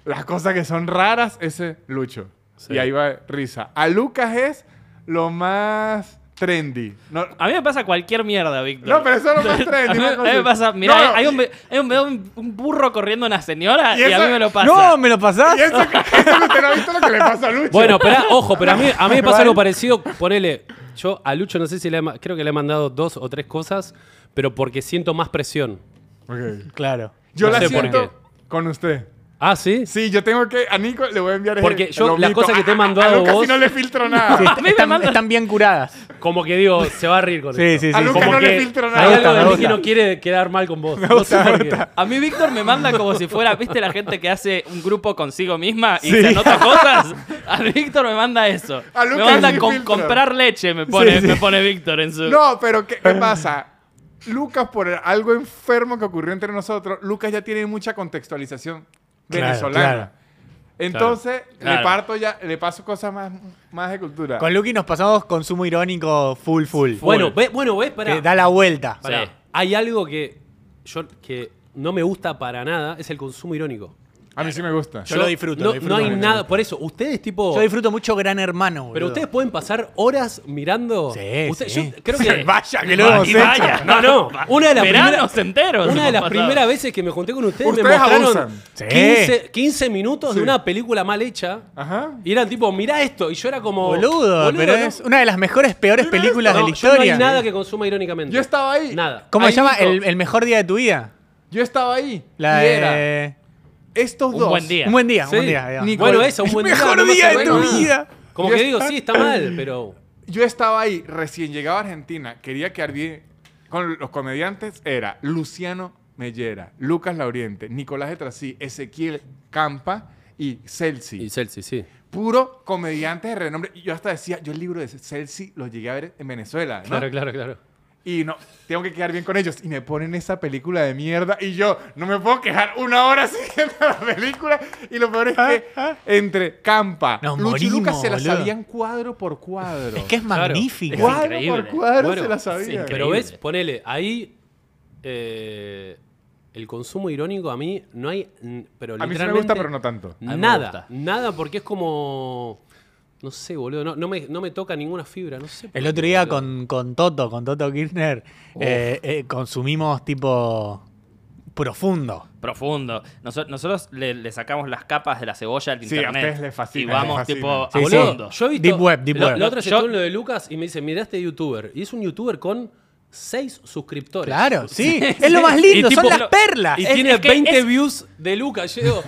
E: Las cosas que son raras, ese Lucho.
C: Sí.
E: Y ahí va risa. A Lucas es lo más trendy. No,
B: A mí me pasa cualquier mierda, Víctor.
E: no, pero eso es lo más
B: A
E: trendy.
B: mí,
E: una
B: a mí
E: cosa
B: me
E: así.
B: pasa, mira,
E: No, no,
B: hay, un,
E: y-
B: ve- hay un, veo un, un burro corriendo una señora
E: Y
B: y,
E: eso-
B: a mí me lo pasa.
D: No, ¿me lo pasás?
E: Y eso que, eso que usted no ha visto lo que le pasa a Lucho.
C: Bueno, pero ojo, pero a mí, a mí me pasa algo parecido. Ponele, yo a Lucho no sé si le he ma- creo que le he mandado dos o tres cosas, pero porque siento más presión.
E: Ok.
D: Claro.
E: Yo
C: No
E: la
C: sé por
E: siento con usted.
C: Ah, sí.
E: Sí, yo tengo que. A Nico le voy a enviar.
C: Porque
E: el-
C: yo-
E: el
C: las
E: lomito.
C: cosas que te he
E: A- a- a
C: mandado
E: Lucas sí
C: vos-
E: no le filtro nada.
D: Sí,
B: mí me
D: están,
B: mandan-
D: están bien curadas.
C: Como que digo, se va a reír con
D: Sí,
C: esto.
D: sí, sí.
E: A Lucas
C: Como
E: no le
C: que
E: filtro
C: Hay
E: nada.
D: gusta,
C: algo
D: me
C: de mí que
D: gusta.
C: no quiere quedar mal con vos. No sé por qué.
B: A mí Víctor me manda como si fuera, ¿viste la gente que hace un grupo consigo misma y se anota cosas? A Víctor me manda eso.
E: A
B: me
E: Lucas
B: manda
E: sin
B: con-
E: filtro.
B: comprar leche, me pone,
D: Sí, sí.
B: me pone Víctor en su.
E: No, pero ¿qué, qué pasa? Lucas, por algo enfermo que ocurrió entre nosotros, Lucas ya tiene mucha contextualización
D: Claro,
E: venezolana.
D: claro.
E: Entonces,
B: Claro.
E: le parto ya, le paso cosas más, más de cultura.
D: Con Lucky nos pasamos consumo irónico full full.
C: Bueno, ve, bueno, ves,
D: que
C: para.
D: da la vuelta.
B: Sí.
C: Hay algo que yo que no me gusta para nada, es el consumo irónico.
E: a mí sí me gusta.
D: Yo lo disfruto,
C: No,
D: lo disfruto
C: no hay
D: mucho.
C: nada. Por eso, ustedes tipo.
D: Yo disfruto mucho Gran Hermano.
C: pero
D: boludo.
C: ustedes pueden pasar horas mirando.
D: Sí,
C: Usted-
D: sí.
C: Yo creo que.
D: Vaya que
B: Ah, Y
D: lo hemos hecho.
B: vaya.
C: No, no. Una de las
B: Veranos
C: primeras-
B: enteros.
C: Una de
B: hemos
C: las
B: pasado.
C: primeras veces que me junté con ustedes, me
E: Ustedes
C: mostraron
E: abusan.
D: Sí.
C: 15, 15 minutos de
E: Sí.
C: una película mal hecha.
E: Ajá.
C: Y eran tipo, mirá esto. Y yo era como.
D: Boludo, pero
C: no-
D: es una de las mejores, peores películas
C: no,
D: de la
C: yo no
D: historia.
C: hay nada que consuma irónicamente.
E: Yo estaba ahí.
C: Nada.
D: ¿Cómo
E: Ahí,
D: se llama?
E: Nico.
D: El, el mejor día de tu vida.
E: Yo estaba ahí.
D: La
E: y
D: de-
E: era estos
B: Un
E: dos.
B: buen día.
D: Un buen día, un buen
C: Sí.
D: día. digamos.
E: Nico,
C: Bueno,
E: el-
C: eso, un buen
D: mejor
C: día. no me
D: día
C: hace
D: de
C: reír
D: tu
C: nada.
D: vida.
C: Como
E: Yo
C: que
E: est-
C: digo, sí, está mal, pero.
E: Yo estaba ahí, recién llegado a Argentina, quería quedar bien con los comediantes, era Luciano Mellera, Lucas Lauriente, Nicolás de Trasí, Ezequiel Campa y Celsi.
C: Y Celsi, sí.
E: Puro comediante de renombre. Y Yo hasta decía, yo el libro de Celsi lo llegué a ver en Venezuela, ¿no?
C: Claro, claro, claro.
E: y no, tengo que quedar bien con ellos. Y me ponen esa película de mierda y yo no me puedo quejar una hora siguiendo la película. Y lo peor es que entre Campa,
D: Ah, Nos
E: Luchi y Lucas
D: morimos,
E: se la
D: boludo.
E: sabían cuadro por cuadro.
D: Es que es magnífico.
B: Es
E: cuadro
B: increíble.
E: por cuadro
C: Bueno,
E: se la
C: sí,
E: sabían.
B: increíble.
C: Pero ves, ponele, ahí eh, el consumo irónico a mí no hay... n- Pero
E: A mí sí me
C: literalmente
E: gusta, pero no tanto.
B: A mí me
C: Nada,
B: gusta.
C: nada, porque es como... No sé, boludo, no, no me, no me toca ninguna fibra, no sé. por
D: El
C: qué,
D: otro día
C: boludo.
D: con, con Toto, con Toto Kirchner, eh, eh, consumimos tipo profundo.
B: Profundo. Noso- nosotros le, le sacamos las capas de la cebolla al
E: Sí, a
B: internet.
E: ustedes les fascina,
B: Y
E: les
B: vamos
E: fascina.
B: tipo
D: Sí,
B: a
D: sí.
B: fondo.
C: Ah, Yo he visto-
D: Deep web, deep
C: la,
D: web.
C: La otra vez
B: Yo-
C: estuve en lo de Lucas y me dice, mirá este youtuber. Y es un youtuber con seis suscriptores.
D: Claro, sí. Es lo más lindo,
C: Y
D: son
C: tipo-
D: las perlas.
C: Y
B: Es-
C: tiene
B: es que
C: 20
B: es-
C: views de Lucas. Yo digo,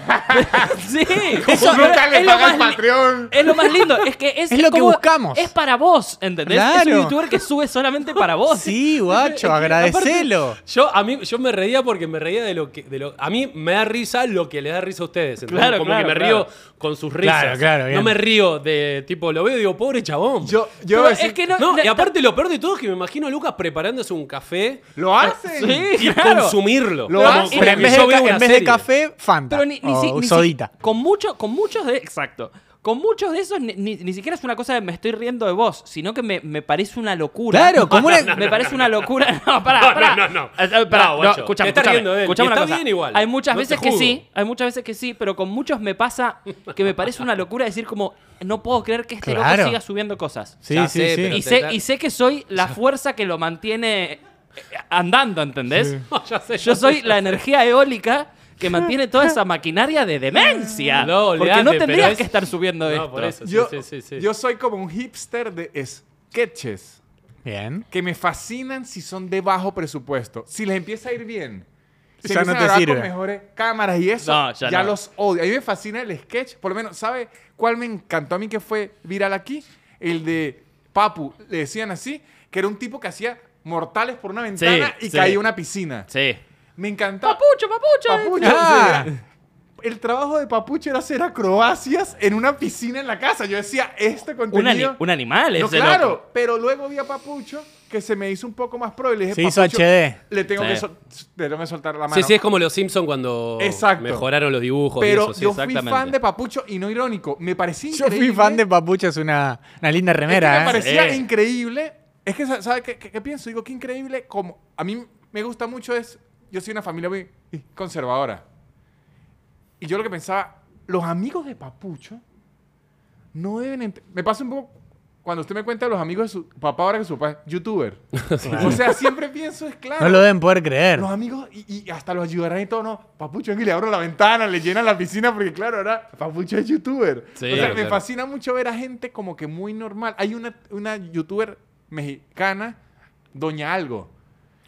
B: Sí.
E: Eso- Nunca le
B: es lo
E: paga
B: más
E: el
B: li-
E: Patreon.
B: Es lo más lindo. Es que es,
D: Es lo que
B: como-
D: buscamos.
B: Es para vos, ¿entendés? Es
D: Claro.
B: un youtuber que sube solamente para vos.
D: Sí, guacho, agradecelo.
C: Aparte, yo, a mí, yo me reía porque me reía de lo que. De lo, a mí me da risa lo que le da risa a ustedes. ¿entendés?
B: Claro,
C: Como
B: claro,
C: que me
B: claro.
C: río con sus risas.
D: Claro, claro, bien.
C: No me río de tipo, lo veo y digo, pobre chabón.
E: Yo, yo
B: Pero
E: voy a decir-
B: es que no,
C: No,
B: la-
C: y aparte lo peor de todo es que me imagino a Lucas preparándose un café
E: lo hacen.
B: Ah, Sí.
C: y
B: claro.
C: consumirlo.
E: Lo
C: Como-
E: amo.
C: como
D: Pero en
C: que
D: vez,
C: yo
D: de,
C: veo
D: ca-
C: una
D: en vez de
C: serie.
D: café, Fanta.
B: Pero ni, ni si-
D: o
B: ni si-
D: sodita.
B: con, mucho, con muchos de. Exacto. Con muchos de esos ni, ni- ni siquiera es una cosa de me estoy riendo de vos, sino que me, me parece una locura.
D: Claro, como una-
B: me parece una locura. No, pará,
C: No, no,
B: pará.
C: no, no.
B: Eh, eh, pará,
C: No, guacho,
B: escuchame,
C: te está
B: escuchame,
C: riendo de él,
B: escuchame
C: y
B: una
C: está
B: cosa.
C: bien igual,
B: Hay muchas
C: no te
B: veces que
C: juzgo.
B: sí, hay muchas veces que sí, pero con muchos me pasa que me parece una locura decir como no puedo creer que este
D: Claro.
B: loco siga subiendo cosas.
D: Sí,
C: Ya
D: sí,
C: sé,
D: sí.
C: pero
B: Y
C: te-
B: sé,
C: la-
B: y sé que soy la fuerza que lo mantiene eh, andando, ¿entendés?
C: Ya sé,
B: Yo soy la energía eólica que mantiene toda esa maquinaria de demencia.
C: No,
B: porque
C: olvidate,
B: no
C: pero
B: tendrías
C: es-
B: que estar subiendo
C: No,
B: esto.
C: por eso, sí,
E: Yo,
C: sí, sí, sí.
E: yo soy como un hipster de sketches
D: Bien.
E: que me fascinan si son de bajo presupuesto. Si les empieza a ir bien, si
D: Ya
E: empiezan
D: no
E: a
D: te
E: grabar
D: sirve.
E: con mejores cámaras y eso,
B: No,
E: ya,
B: ya no.
E: los odio. A mí me fascina el sketch. Por lo menos, ¿sabe cuál me encantó a mí que fue viral aquí? El de Papu, le decían así, que era un tipo que hacía mortales por una ventana y
B: sí.
E: caía a una piscina.
B: Sí.
E: Me encantaba.
B: Papucho, papucho. este.
E: Papucho.
D: Ah.
E: sí, era- El trabajo de Papucho era hacer acrobacias en una piscina en la casa. Yo decía, este
B: Un, ani-
E: contenido...
B: un animal,
E: No,
B: ese
E: claro,
B: loco.
E: pero luego vi a Papucho que se me hizo un poco más pro y le dije,
D: Se hizo
E: "Papucho,
D: HD".
E: Le tengo,
B: Sí.
E: que sol- le tengo que soltar la mano.
C: Sí, sí, es como los Simpsons cuando
E: Exacto.
C: mejoraron los dibujos. y
E: Pero
C: eso, sí,
E: yo fui
C: exactamente.
E: fan de Papucho y no irónico. Me parecía
D: Yo
E: increíble.
D: fui fan de Papucha, es una, una linda
E: Es que
D: remera.
E: Me
D: ¿eh?
E: parecía
B: Sí.
E: increíble. Es que, ¿sabes qué, qué- qué pienso? Digo, qué increíble. Como a mí me gusta mucho es... Yo soy una familia muy conservadora. Y yo lo que pensaba, los amigos de Papucho no deben... ent- Me pasa un poco cuando usted me cuenta de los amigos de su papá ahora que su papá es youtuber. O sea, siempre pienso, es claro.
D: No lo deben poder creer.
E: Los amigos, y, y hasta los ayudarán y todo, no. Papucho, es que le abro la ventana, le llenan la piscina, porque claro, ahora Papucho es youtuber.
C: Sí,
E: o sea, me
C: claro.
E: fascina mucho ver a gente como que muy normal. Hay una, una youtuber mexicana, Doña Algo.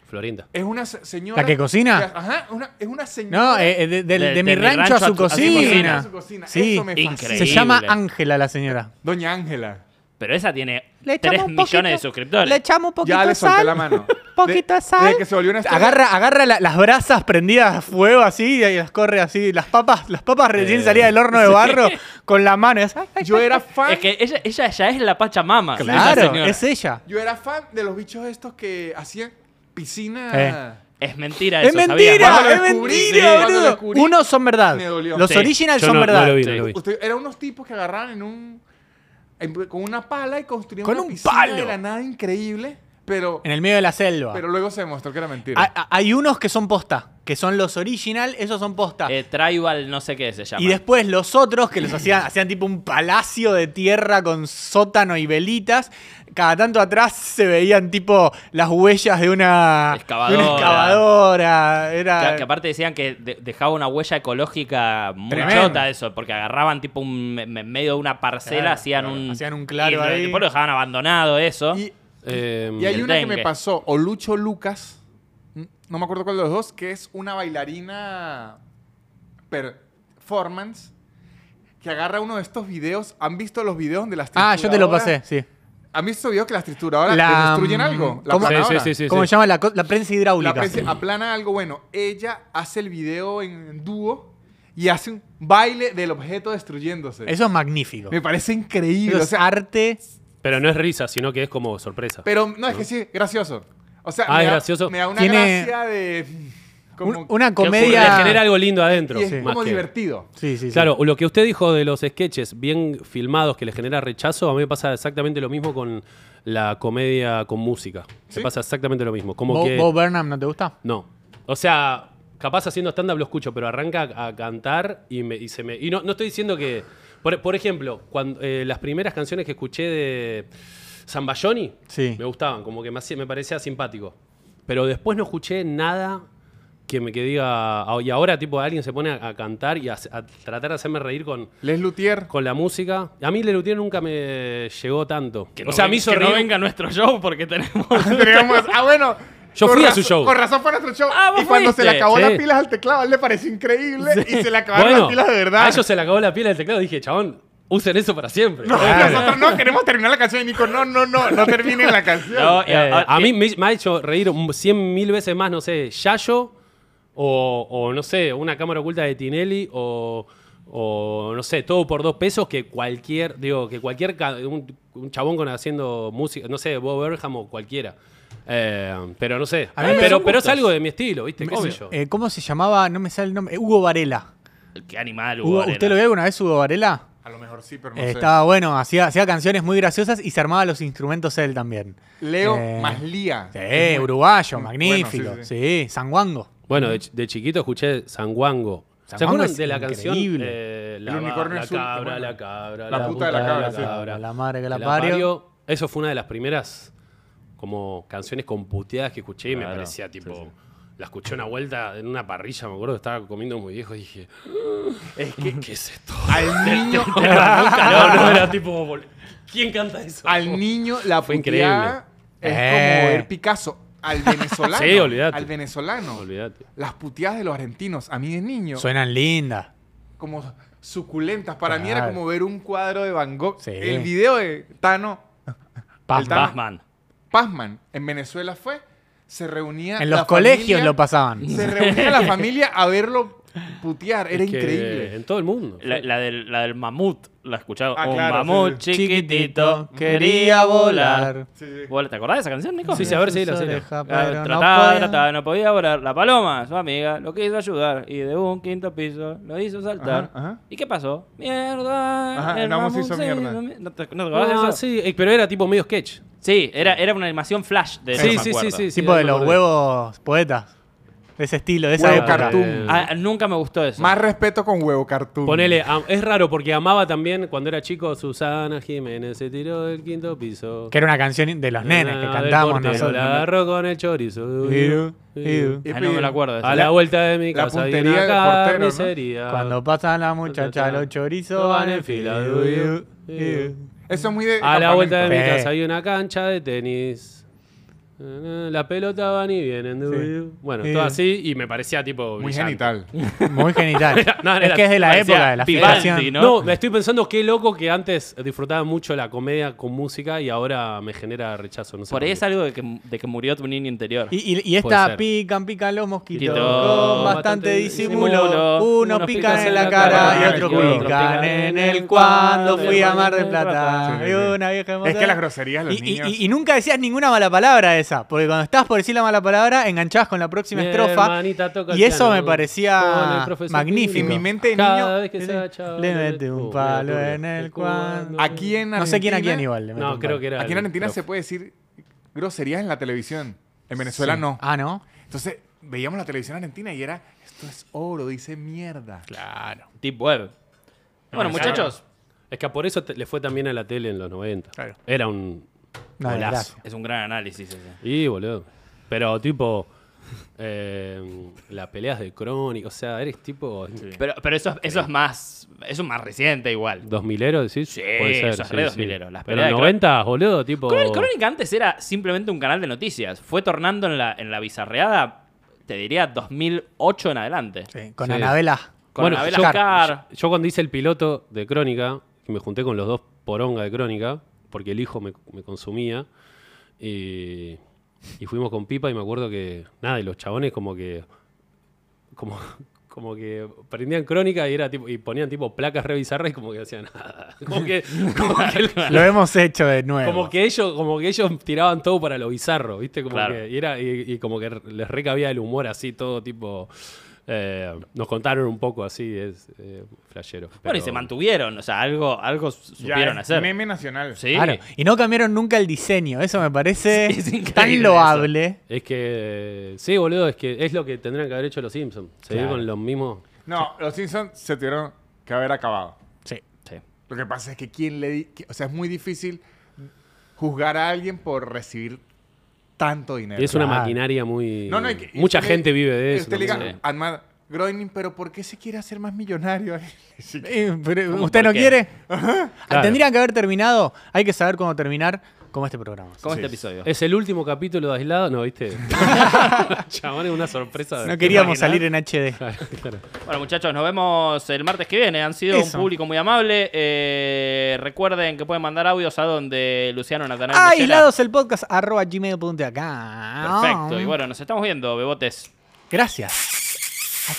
C: Florinda.
E: Es una se- señora.
D: ¿La que cocina?
E: que- ajá, una- es una señora.
D: No, eh, eh, de, de-
B: De-
D: de
B: de
D: mi rancho, a su cocina.
B: cocina.
E: A su cocina.
D: Sí.
E: Eso me fascina.
D: Se
B: Increíble.
D: llama Ángela la señora.
E: Doña Ángela.
B: Pero esa tiene
F: Le echamos
B: 3
F: un poquito-
B: millones de suscriptores.
F: Le echamos un poquito
E: Ya le
F: de
E: solté
F: sal.
E: la mano.
F: Poquito de sal.
E: Desde que se volvió una estrella-
D: Agarra, agarra la- las brasas prendidas a fuego así y las corre así. Las papas, las papas recién salidas del horno de barro con la mano. es- ay, ay,
E: Yo era fan.
B: Es que ella, ella ya es la Pachamama. esa
D: Claro,
B: señora.
D: es ella.
E: Yo era fan de los bichos estos que hacían piscina.
D: Eh.
B: Es mentira
D: ¡Es
B: eso, ¿sabías?
D: mentira!
E: Cuando lo
D: ¡Es
E: descubrí,
D: mentira,
E: sí, cuando lo
D: boludo!
E: descubrí,
D: Unos son verdad.
E: me dolió.
D: Los
B: Sí,
D: original
C: Yo
D: son
C: no,
D: verdad.
C: no lo vi,
B: Sí.
C: no lo vi.
E: Usted, eran unos tipos que agarraban en un. en- con una pala y construían
D: Con
E: una
D: un
E: piscina
D: palo.
E: de la nada increíble. Pero,
D: En el medio de la selva.
E: pero luego se demostró que era mentira.
D: Hay, hay unos que son posta, que son los original, esos son posta.
B: Eh, tribal, no sé qué se llama.
D: y después los otros que los hacían, hacían tipo un palacio de tierra con sótano y velitas. Cada tanto atrás se veían tipo las huellas de una
B: Excavadora.
D: de una excavadora. Era
B: Que, que aparte decían que de- dejaba una huella ecológica muy
D: Tremendo.
B: chota eso, porque agarraban tipo un, en medio de una parcela,
D: Claro,
B: hacían
D: claro.
B: un...
D: Hacían un claro
B: y lo-
D: ahí.
B: después lo dejaban abandonado
D: ah,
B: eso.
E: y,
C: Eh,
E: y hay
B: el
E: una que me
B: dengue.
E: pasó, o Lucho Lucas, n- no me acuerdo cuál de los dos, que es una bailarina performance que agarra uno de estos videos. ¿Han visto los videos de las
D: ah,
E: trituradoras?
D: yo te lo pasé, sí.
E: ¿Han visto videos que las trituradoras
D: La- mm,
E: les destruyen algo? La
D: ¿Cómo?
C: Sí, sí,
E: planadora.
C: sí, sí,
D: ¿Cómo
C: sí.
D: se llama? La, co- la prensa hidráulica.
E: La prensa aplana algo bueno. Ella hace el video en dúo y hace un baile del objeto destruyéndose.
D: Eso es magnífico.
E: me parece increíble.
D: Eso
E: o
D: es
E: sea,
D: arte.
C: Pero no es risa, sino que es como sorpresa.
E: pero no, es que sí, gracioso. O sea,
C: Ah,
E: me
C: es
E: da,
C: gracioso.
E: me da una
D: Tiene-
E: gracia de. mm, como-
D: Un- una
C: Que le genera
D: comedia.
C: algo lindo adentro.
E: y es
C: más
E: como
C: que-
E: divertido.
D: Sí, sí, sí.
C: Claro, lo que usted dijo de los sketches bien filmados que le genera rechazo, a mí me pasa exactamente lo mismo con la comedia con música.
E: ¿Sí?
C: Me pasa exactamente lo mismo. Como
D: Bo,
C: que.
D: Bo Burnham no te gusta?
C: No. O sea, capaz haciendo stand-up lo escucho, pero arranca a a cantar y, me- y se me. Y no, no estoy diciendo que. Por, por ejemplo, cuando, eh, las primeras canciones que escuché de Zambayoni
D: Sí.
C: me gustaban, como que me, hacía- me parecía simpático. Pero después no escuché nada que me que diga. ah, Y ahora, tipo, alguien se pone a, a cantar y a, a tratar de hacerme reír con,
E: Les Luthier.
C: con la música. A mí Lelutier nunca me llegó tanto.
B: Que
C: o sea,
B: no,
C: me
B: ven-
C: hizo
B: que no
C: reír.
B: venga a nuestro show porque tenemos.
E: Teníamos- ah, bueno.
C: Yo
E: con
C: fui a
E: razón-
C: su show.
E: Con razón fue a nuestro show.
B: Ah, vos
E: y cuando se le
B: fuiste.
E: acabó
C: Sí.
E: las pilas al teclado, a él le pareció increíble y se le acabaron
C: Bueno,
E: las pilas de verdad.
C: A ellos se le acabó la piel del teclado. Dije, chabón, usen eso para siempre.
E: No,
C: Claro.
E: nosotros no queremos terminar la canción. Y Nico, no, no, no, no terminen la canción.
B: No, y
C: Eh, a
B: y-
C: mí me, me ha hecho reír un- cien mil veces más, no sé, Yayo, o, o no sé, una cámara oculta de Tinelli, o, o no sé, todo por dos pesos que cualquier, digo, que cualquier ca- un, un chabón con haciendo música, no sé, Bob Burnham o cualquiera. Eh, pero no sé.
D: A mí me
C: pero,
D: son
C: pero es
D: gustos.
C: algo de mi estilo, ¿viste? ¿Qué sé yo?
D: Eh, ¿Cómo se llamaba? No me sale el nombre. Eh, Hugo Varela.
B: Qué animal,
D: Hugo-
B: Hugo.
D: ¿Usted lo vio alguna vez, Hugo Varela?
E: A lo mejor sí, pero no
D: Eh,
E: sé.
D: Estaba bueno, hacía, hacía canciones muy graciosas y se armaba los instrumentos él también.
E: Leo
D: Eh,
E: Maslía.
D: Sí,
E: Es muy-
D: uruguayo,
E: muy
D: magnífico.
E: bueno,
D: sí, Sanguango.
C: Bueno, de, ch- de chiquito escuché Sanguango.
D: San
C: ¿Se
D: Juango
C: acuerdan
D: es
C: de la canción?
D: increíble.
C: eh,
E: El
C: la,
E: unicornio
C: la
E: azul,
C: cabra,
E: bueno.
C: la cabra,
E: La puta de la cabra, sí.
D: La madre que la parió.
C: parió. Eso fue una de las primeras como canciones con puteadas que escuché y me
B: Claro,
C: parecía tipo... La escuché una vuelta en una parrilla, me acuerdo que estaba comiendo muy viejo y dije,
E: Es que
C: ¿qué es esto?
E: al niño,
C: no, no, era tipo, bol- ¿quién canta eso?
E: al niño la
C: Fue
E: puteada es
D: Eh.
E: como ver Picasso. Al venezolano.
C: Sí, olvídate.
E: Al venezolano.
C: Olvídate.
E: Las puteadas de los argentinos. A mí de niño.
D: Suenan lindas.
E: como suculentas. Para mí era
D: Claro.
E: como ver un cuadro de Van Gogh.
D: Sí.
E: El video de Tano
D: Pam,
E: El
D: pam.
B: Batman.
E: Pazman en Venezuela fue. Se reunía.
D: En
E: la
D: los colegios
E: familia-
D: lo pasaban.
E: Se reunía la familia a verlo putear. Era
C: Es que
E: increíble.
C: En todo el mundo.
B: La, la del, la del mamut, la he escuchado.
E: Ah,
B: un
E: claro,
B: mamut
E: sí,
B: chiquitito quería volar.
E: Sí, sí.
B: Vola- ¿Te acordás de esa canción, Nico?
C: Sí, sí, a ver si la
D: Sus
C: sé.
D: orejas,
B: Ah,
D: pero no
B: trataba,
D: podía.
B: trataba, no podía volar. La paloma, su amiga, lo quiso ayudar y de un quinto piso lo hizo saltar.
E: Ajá, ajá.
B: ¿Y qué pasó? Mierda.
E: Ajá, el amo se hizo
B: mamut
E: mierda.
B: hizo mi- ¿No te, no te acordás de
C: Ah,
B: eso? Sí,
C: sí, eh, pero era tipo medio sketch.
B: era, era una animación flash de
C: Sí,
B: eso, me
C: sí, sí,
B: acuerdo.
C: sí, sí.
D: Tipo de
C: me
D: los
C: acordé.
D: huevos poetas. De ese estilo, de esa
E: Huevo
D: época.
E: cartoon.
B: Ah, nunca me gustó eso. Ah,
E: Más respeto con huevo cartoon.
C: Ponele, am- es raro porque amaba también cuando era chico Susana Jiménez se tiró del quinto piso.
D: Que era una canción de los nenes que
C: Del
D: cantamos
C: portero,
D: nosotros.
C: La agarró con el
D: Iu,
C: chorizo.
D: iu.
C: Ah,
E: Y
B: Ay, no me lo acuerdo. de
C: A
B: eso.
C: la vuelta de mi
E: la
C: casa hay
E: puntería
C: una
E: del portero, ¿no?
C: carnicería.
D: Cuando pasa la muchacha, los chorizos van en fila. Iu, iu, iu.
E: Eso es muy
C: A
E: de.
C: Ah, la
E: campamento.
C: vuelta de mi
D: Sí.
C: casa hay una cancha de tenis. La pelota van y vienen. Bueno,
D: Sí.
C: todo así y me parecía tipo
E: Muy
C: brillante.
E: genital.
D: Muy genital.
C: no,
D: es
C: era-
D: que es de la
C: parecía
D: época, de la
B: Vivaldi,
D: fijación.
B: ¿no?
C: No, me estoy pensando qué loco que antes disfrutaba mucho la comedia con música y ahora me genera rechazo. No sé
B: Por ahí
C: qué.
B: es algo de que, de que murió tu niño interior.
D: Y, y- y
C: Puede
D: esta
C: ser.
D: pican, pican los mosquitos
B: Quito.
D: con bastante
C: Bastante
D: disimulo.
B: disimulo.
D: Unos
B: Unos
D: pican
B: pican
D: en la
B: en
D: cara
E: la
D: y
E: cara
D: otros
E: y otros
D: pican
B: pican
D: en
B: en
D: el
B: el
D: cuando
B: cuando
D: fui a Mar del
B: del
D: Plata.
E: Plata.
D: Y una vieja
E: Es que
D: emoción.
E: las groserías de los
D: Y, y-
E: niños.
D: y- y nunca decías ninguna mala palabra esa, porque cuando estabas por decir la mala palabra, enganchabas con la próxima
C: Mi
D: estrofa.
C: hermanita toca el
D: Y eso
C: piano
D: me
C: con
D: parecía
C: el profesor
E: en
D: magnífico.
E: mi mente de
C: Cada
E: niño.
C: vez que se agachaba,
D: Le mete un
C: oh,
D: palo
C: mira,
D: en
C: mira,
D: el
C: mira,
D: cuan.
C: mira.
E: Aquí en Argentina.
D: No sé quién a quién igual. le mete
C: No,
D: un
C: creo
D: palo.
C: que era.
E: Aquí en
C: el
E: Argentina
C: profe.
E: se puede decir groserías en la televisión. En Venezuela no.
D: Ah, ¿no?
E: Entonces veíamos la televisión argentina y era, esto es oro, dice mierda.
D: Claro.
B: Deep Web. Bueno,
E: Claro.
B: muchachos,
C: Es que por eso te- le fue también a la tele en los 90.
D: Claro.
C: Era un
D: No,
C: golazo.
D: gracias.
B: es un gran análisis ese.
C: Y boludo. Pero tipo. eh, las peleas de Crónica. O sea, eres tipo.
B: Pero, pero eso, es- eso es más eso es más reciente igual.
C: 2000 decís?
B: Sí,
C: Puede ser,
B: eso es
C: sí,
B: re
C: sí.
B: 2000ero, las
C: Pero
B: peleas de
C: 90, boludo, tipo.
B: Crón- Crónica antes era simplemente un canal de noticias. Fue tornando en la, en la bizarreada, te diría 2008 en adelante.
D: Sí, con
C: Sí.
D: Anabela.
B: Con
C: Bueno,
B: Abel
C: yo-
B: Ascar.
C: Yo cuando hice el piloto de Crónica, que me junté con los dos poronga de Crónica, porque el hijo me, me consumía, y, y fuimos con Pipa y me acuerdo que, nada, y los chabones como que, como, como que prendían crónica y era tipo, y ponían tipo placas re bizarras y como que hacían nada. Como que, como que-
D: Lo hemos hecho de nuevo.
C: como que ellos, como que ellos tiraban todo para lo bizarro, ¿viste? Como
B: Claro.
C: que, y era, y, y como que les recabía el humor así, todo tipo. eh, nos contaron un poco así, es eh, flashero.
B: Bueno, y
C: pero-
B: se mantuvieron, o sea, algo, algo su- supieron
E: es
B: hacer.
E: Meme nacional.
B: Sí.
D: Claro, Y no cambiaron nunca el diseño. Eso me parece
B: Sí, es increíble
D: tan loable.
C: Es que. eh, Sí, boludo, es que es lo que tendrían que haber hecho los Simpsons. Seguir
B: Claro.
C: con los mismos.
E: No, los Simpsons se tuvieron que haber acabado.
D: Sí.
B: Sí.
E: Lo que pasa es que quién le... di- que- O sea, es muy difícil juzgar a alguien por recibir tanto dinero.
C: Y es una
D: Claro.
C: maquinaria muy.
E: Eh, No, no, y que- y
C: mucha
E: usted le-
C: gente vive de
E: y
C: eso.
E: Usted le
C: también.
E: diga, Almada, Groening, pero ¿por qué se quiere hacer más millonario? Sí.
D: Eh, pero,
B: ¿Cómo,
D: ¿Usted
B: por
D: no
B: qué?
D: quiere? Ah,
C: Claro.
D: Tendrían que haber terminado. Hay que saber cómo terminar como este programa.
B: Como
E: Sí.
B: este episodio.
C: Es el último capítulo de Aislado, ¿no viste? Chabón es una sorpresa.
D: No queríamos salir en HD.
B: Bueno, muchachos, nos vemos el martes que viene. Han sido
D: Eso.
B: un público muy amable. Eh, recuerden que pueden mandar audios a donde Luciano Natanael.
D: Ah,
B: Michela.
D: hilados el podcast arroba gmail.com.
B: Perfecto. Y bueno, nos estamos viendo, bebotes.
D: Gracias.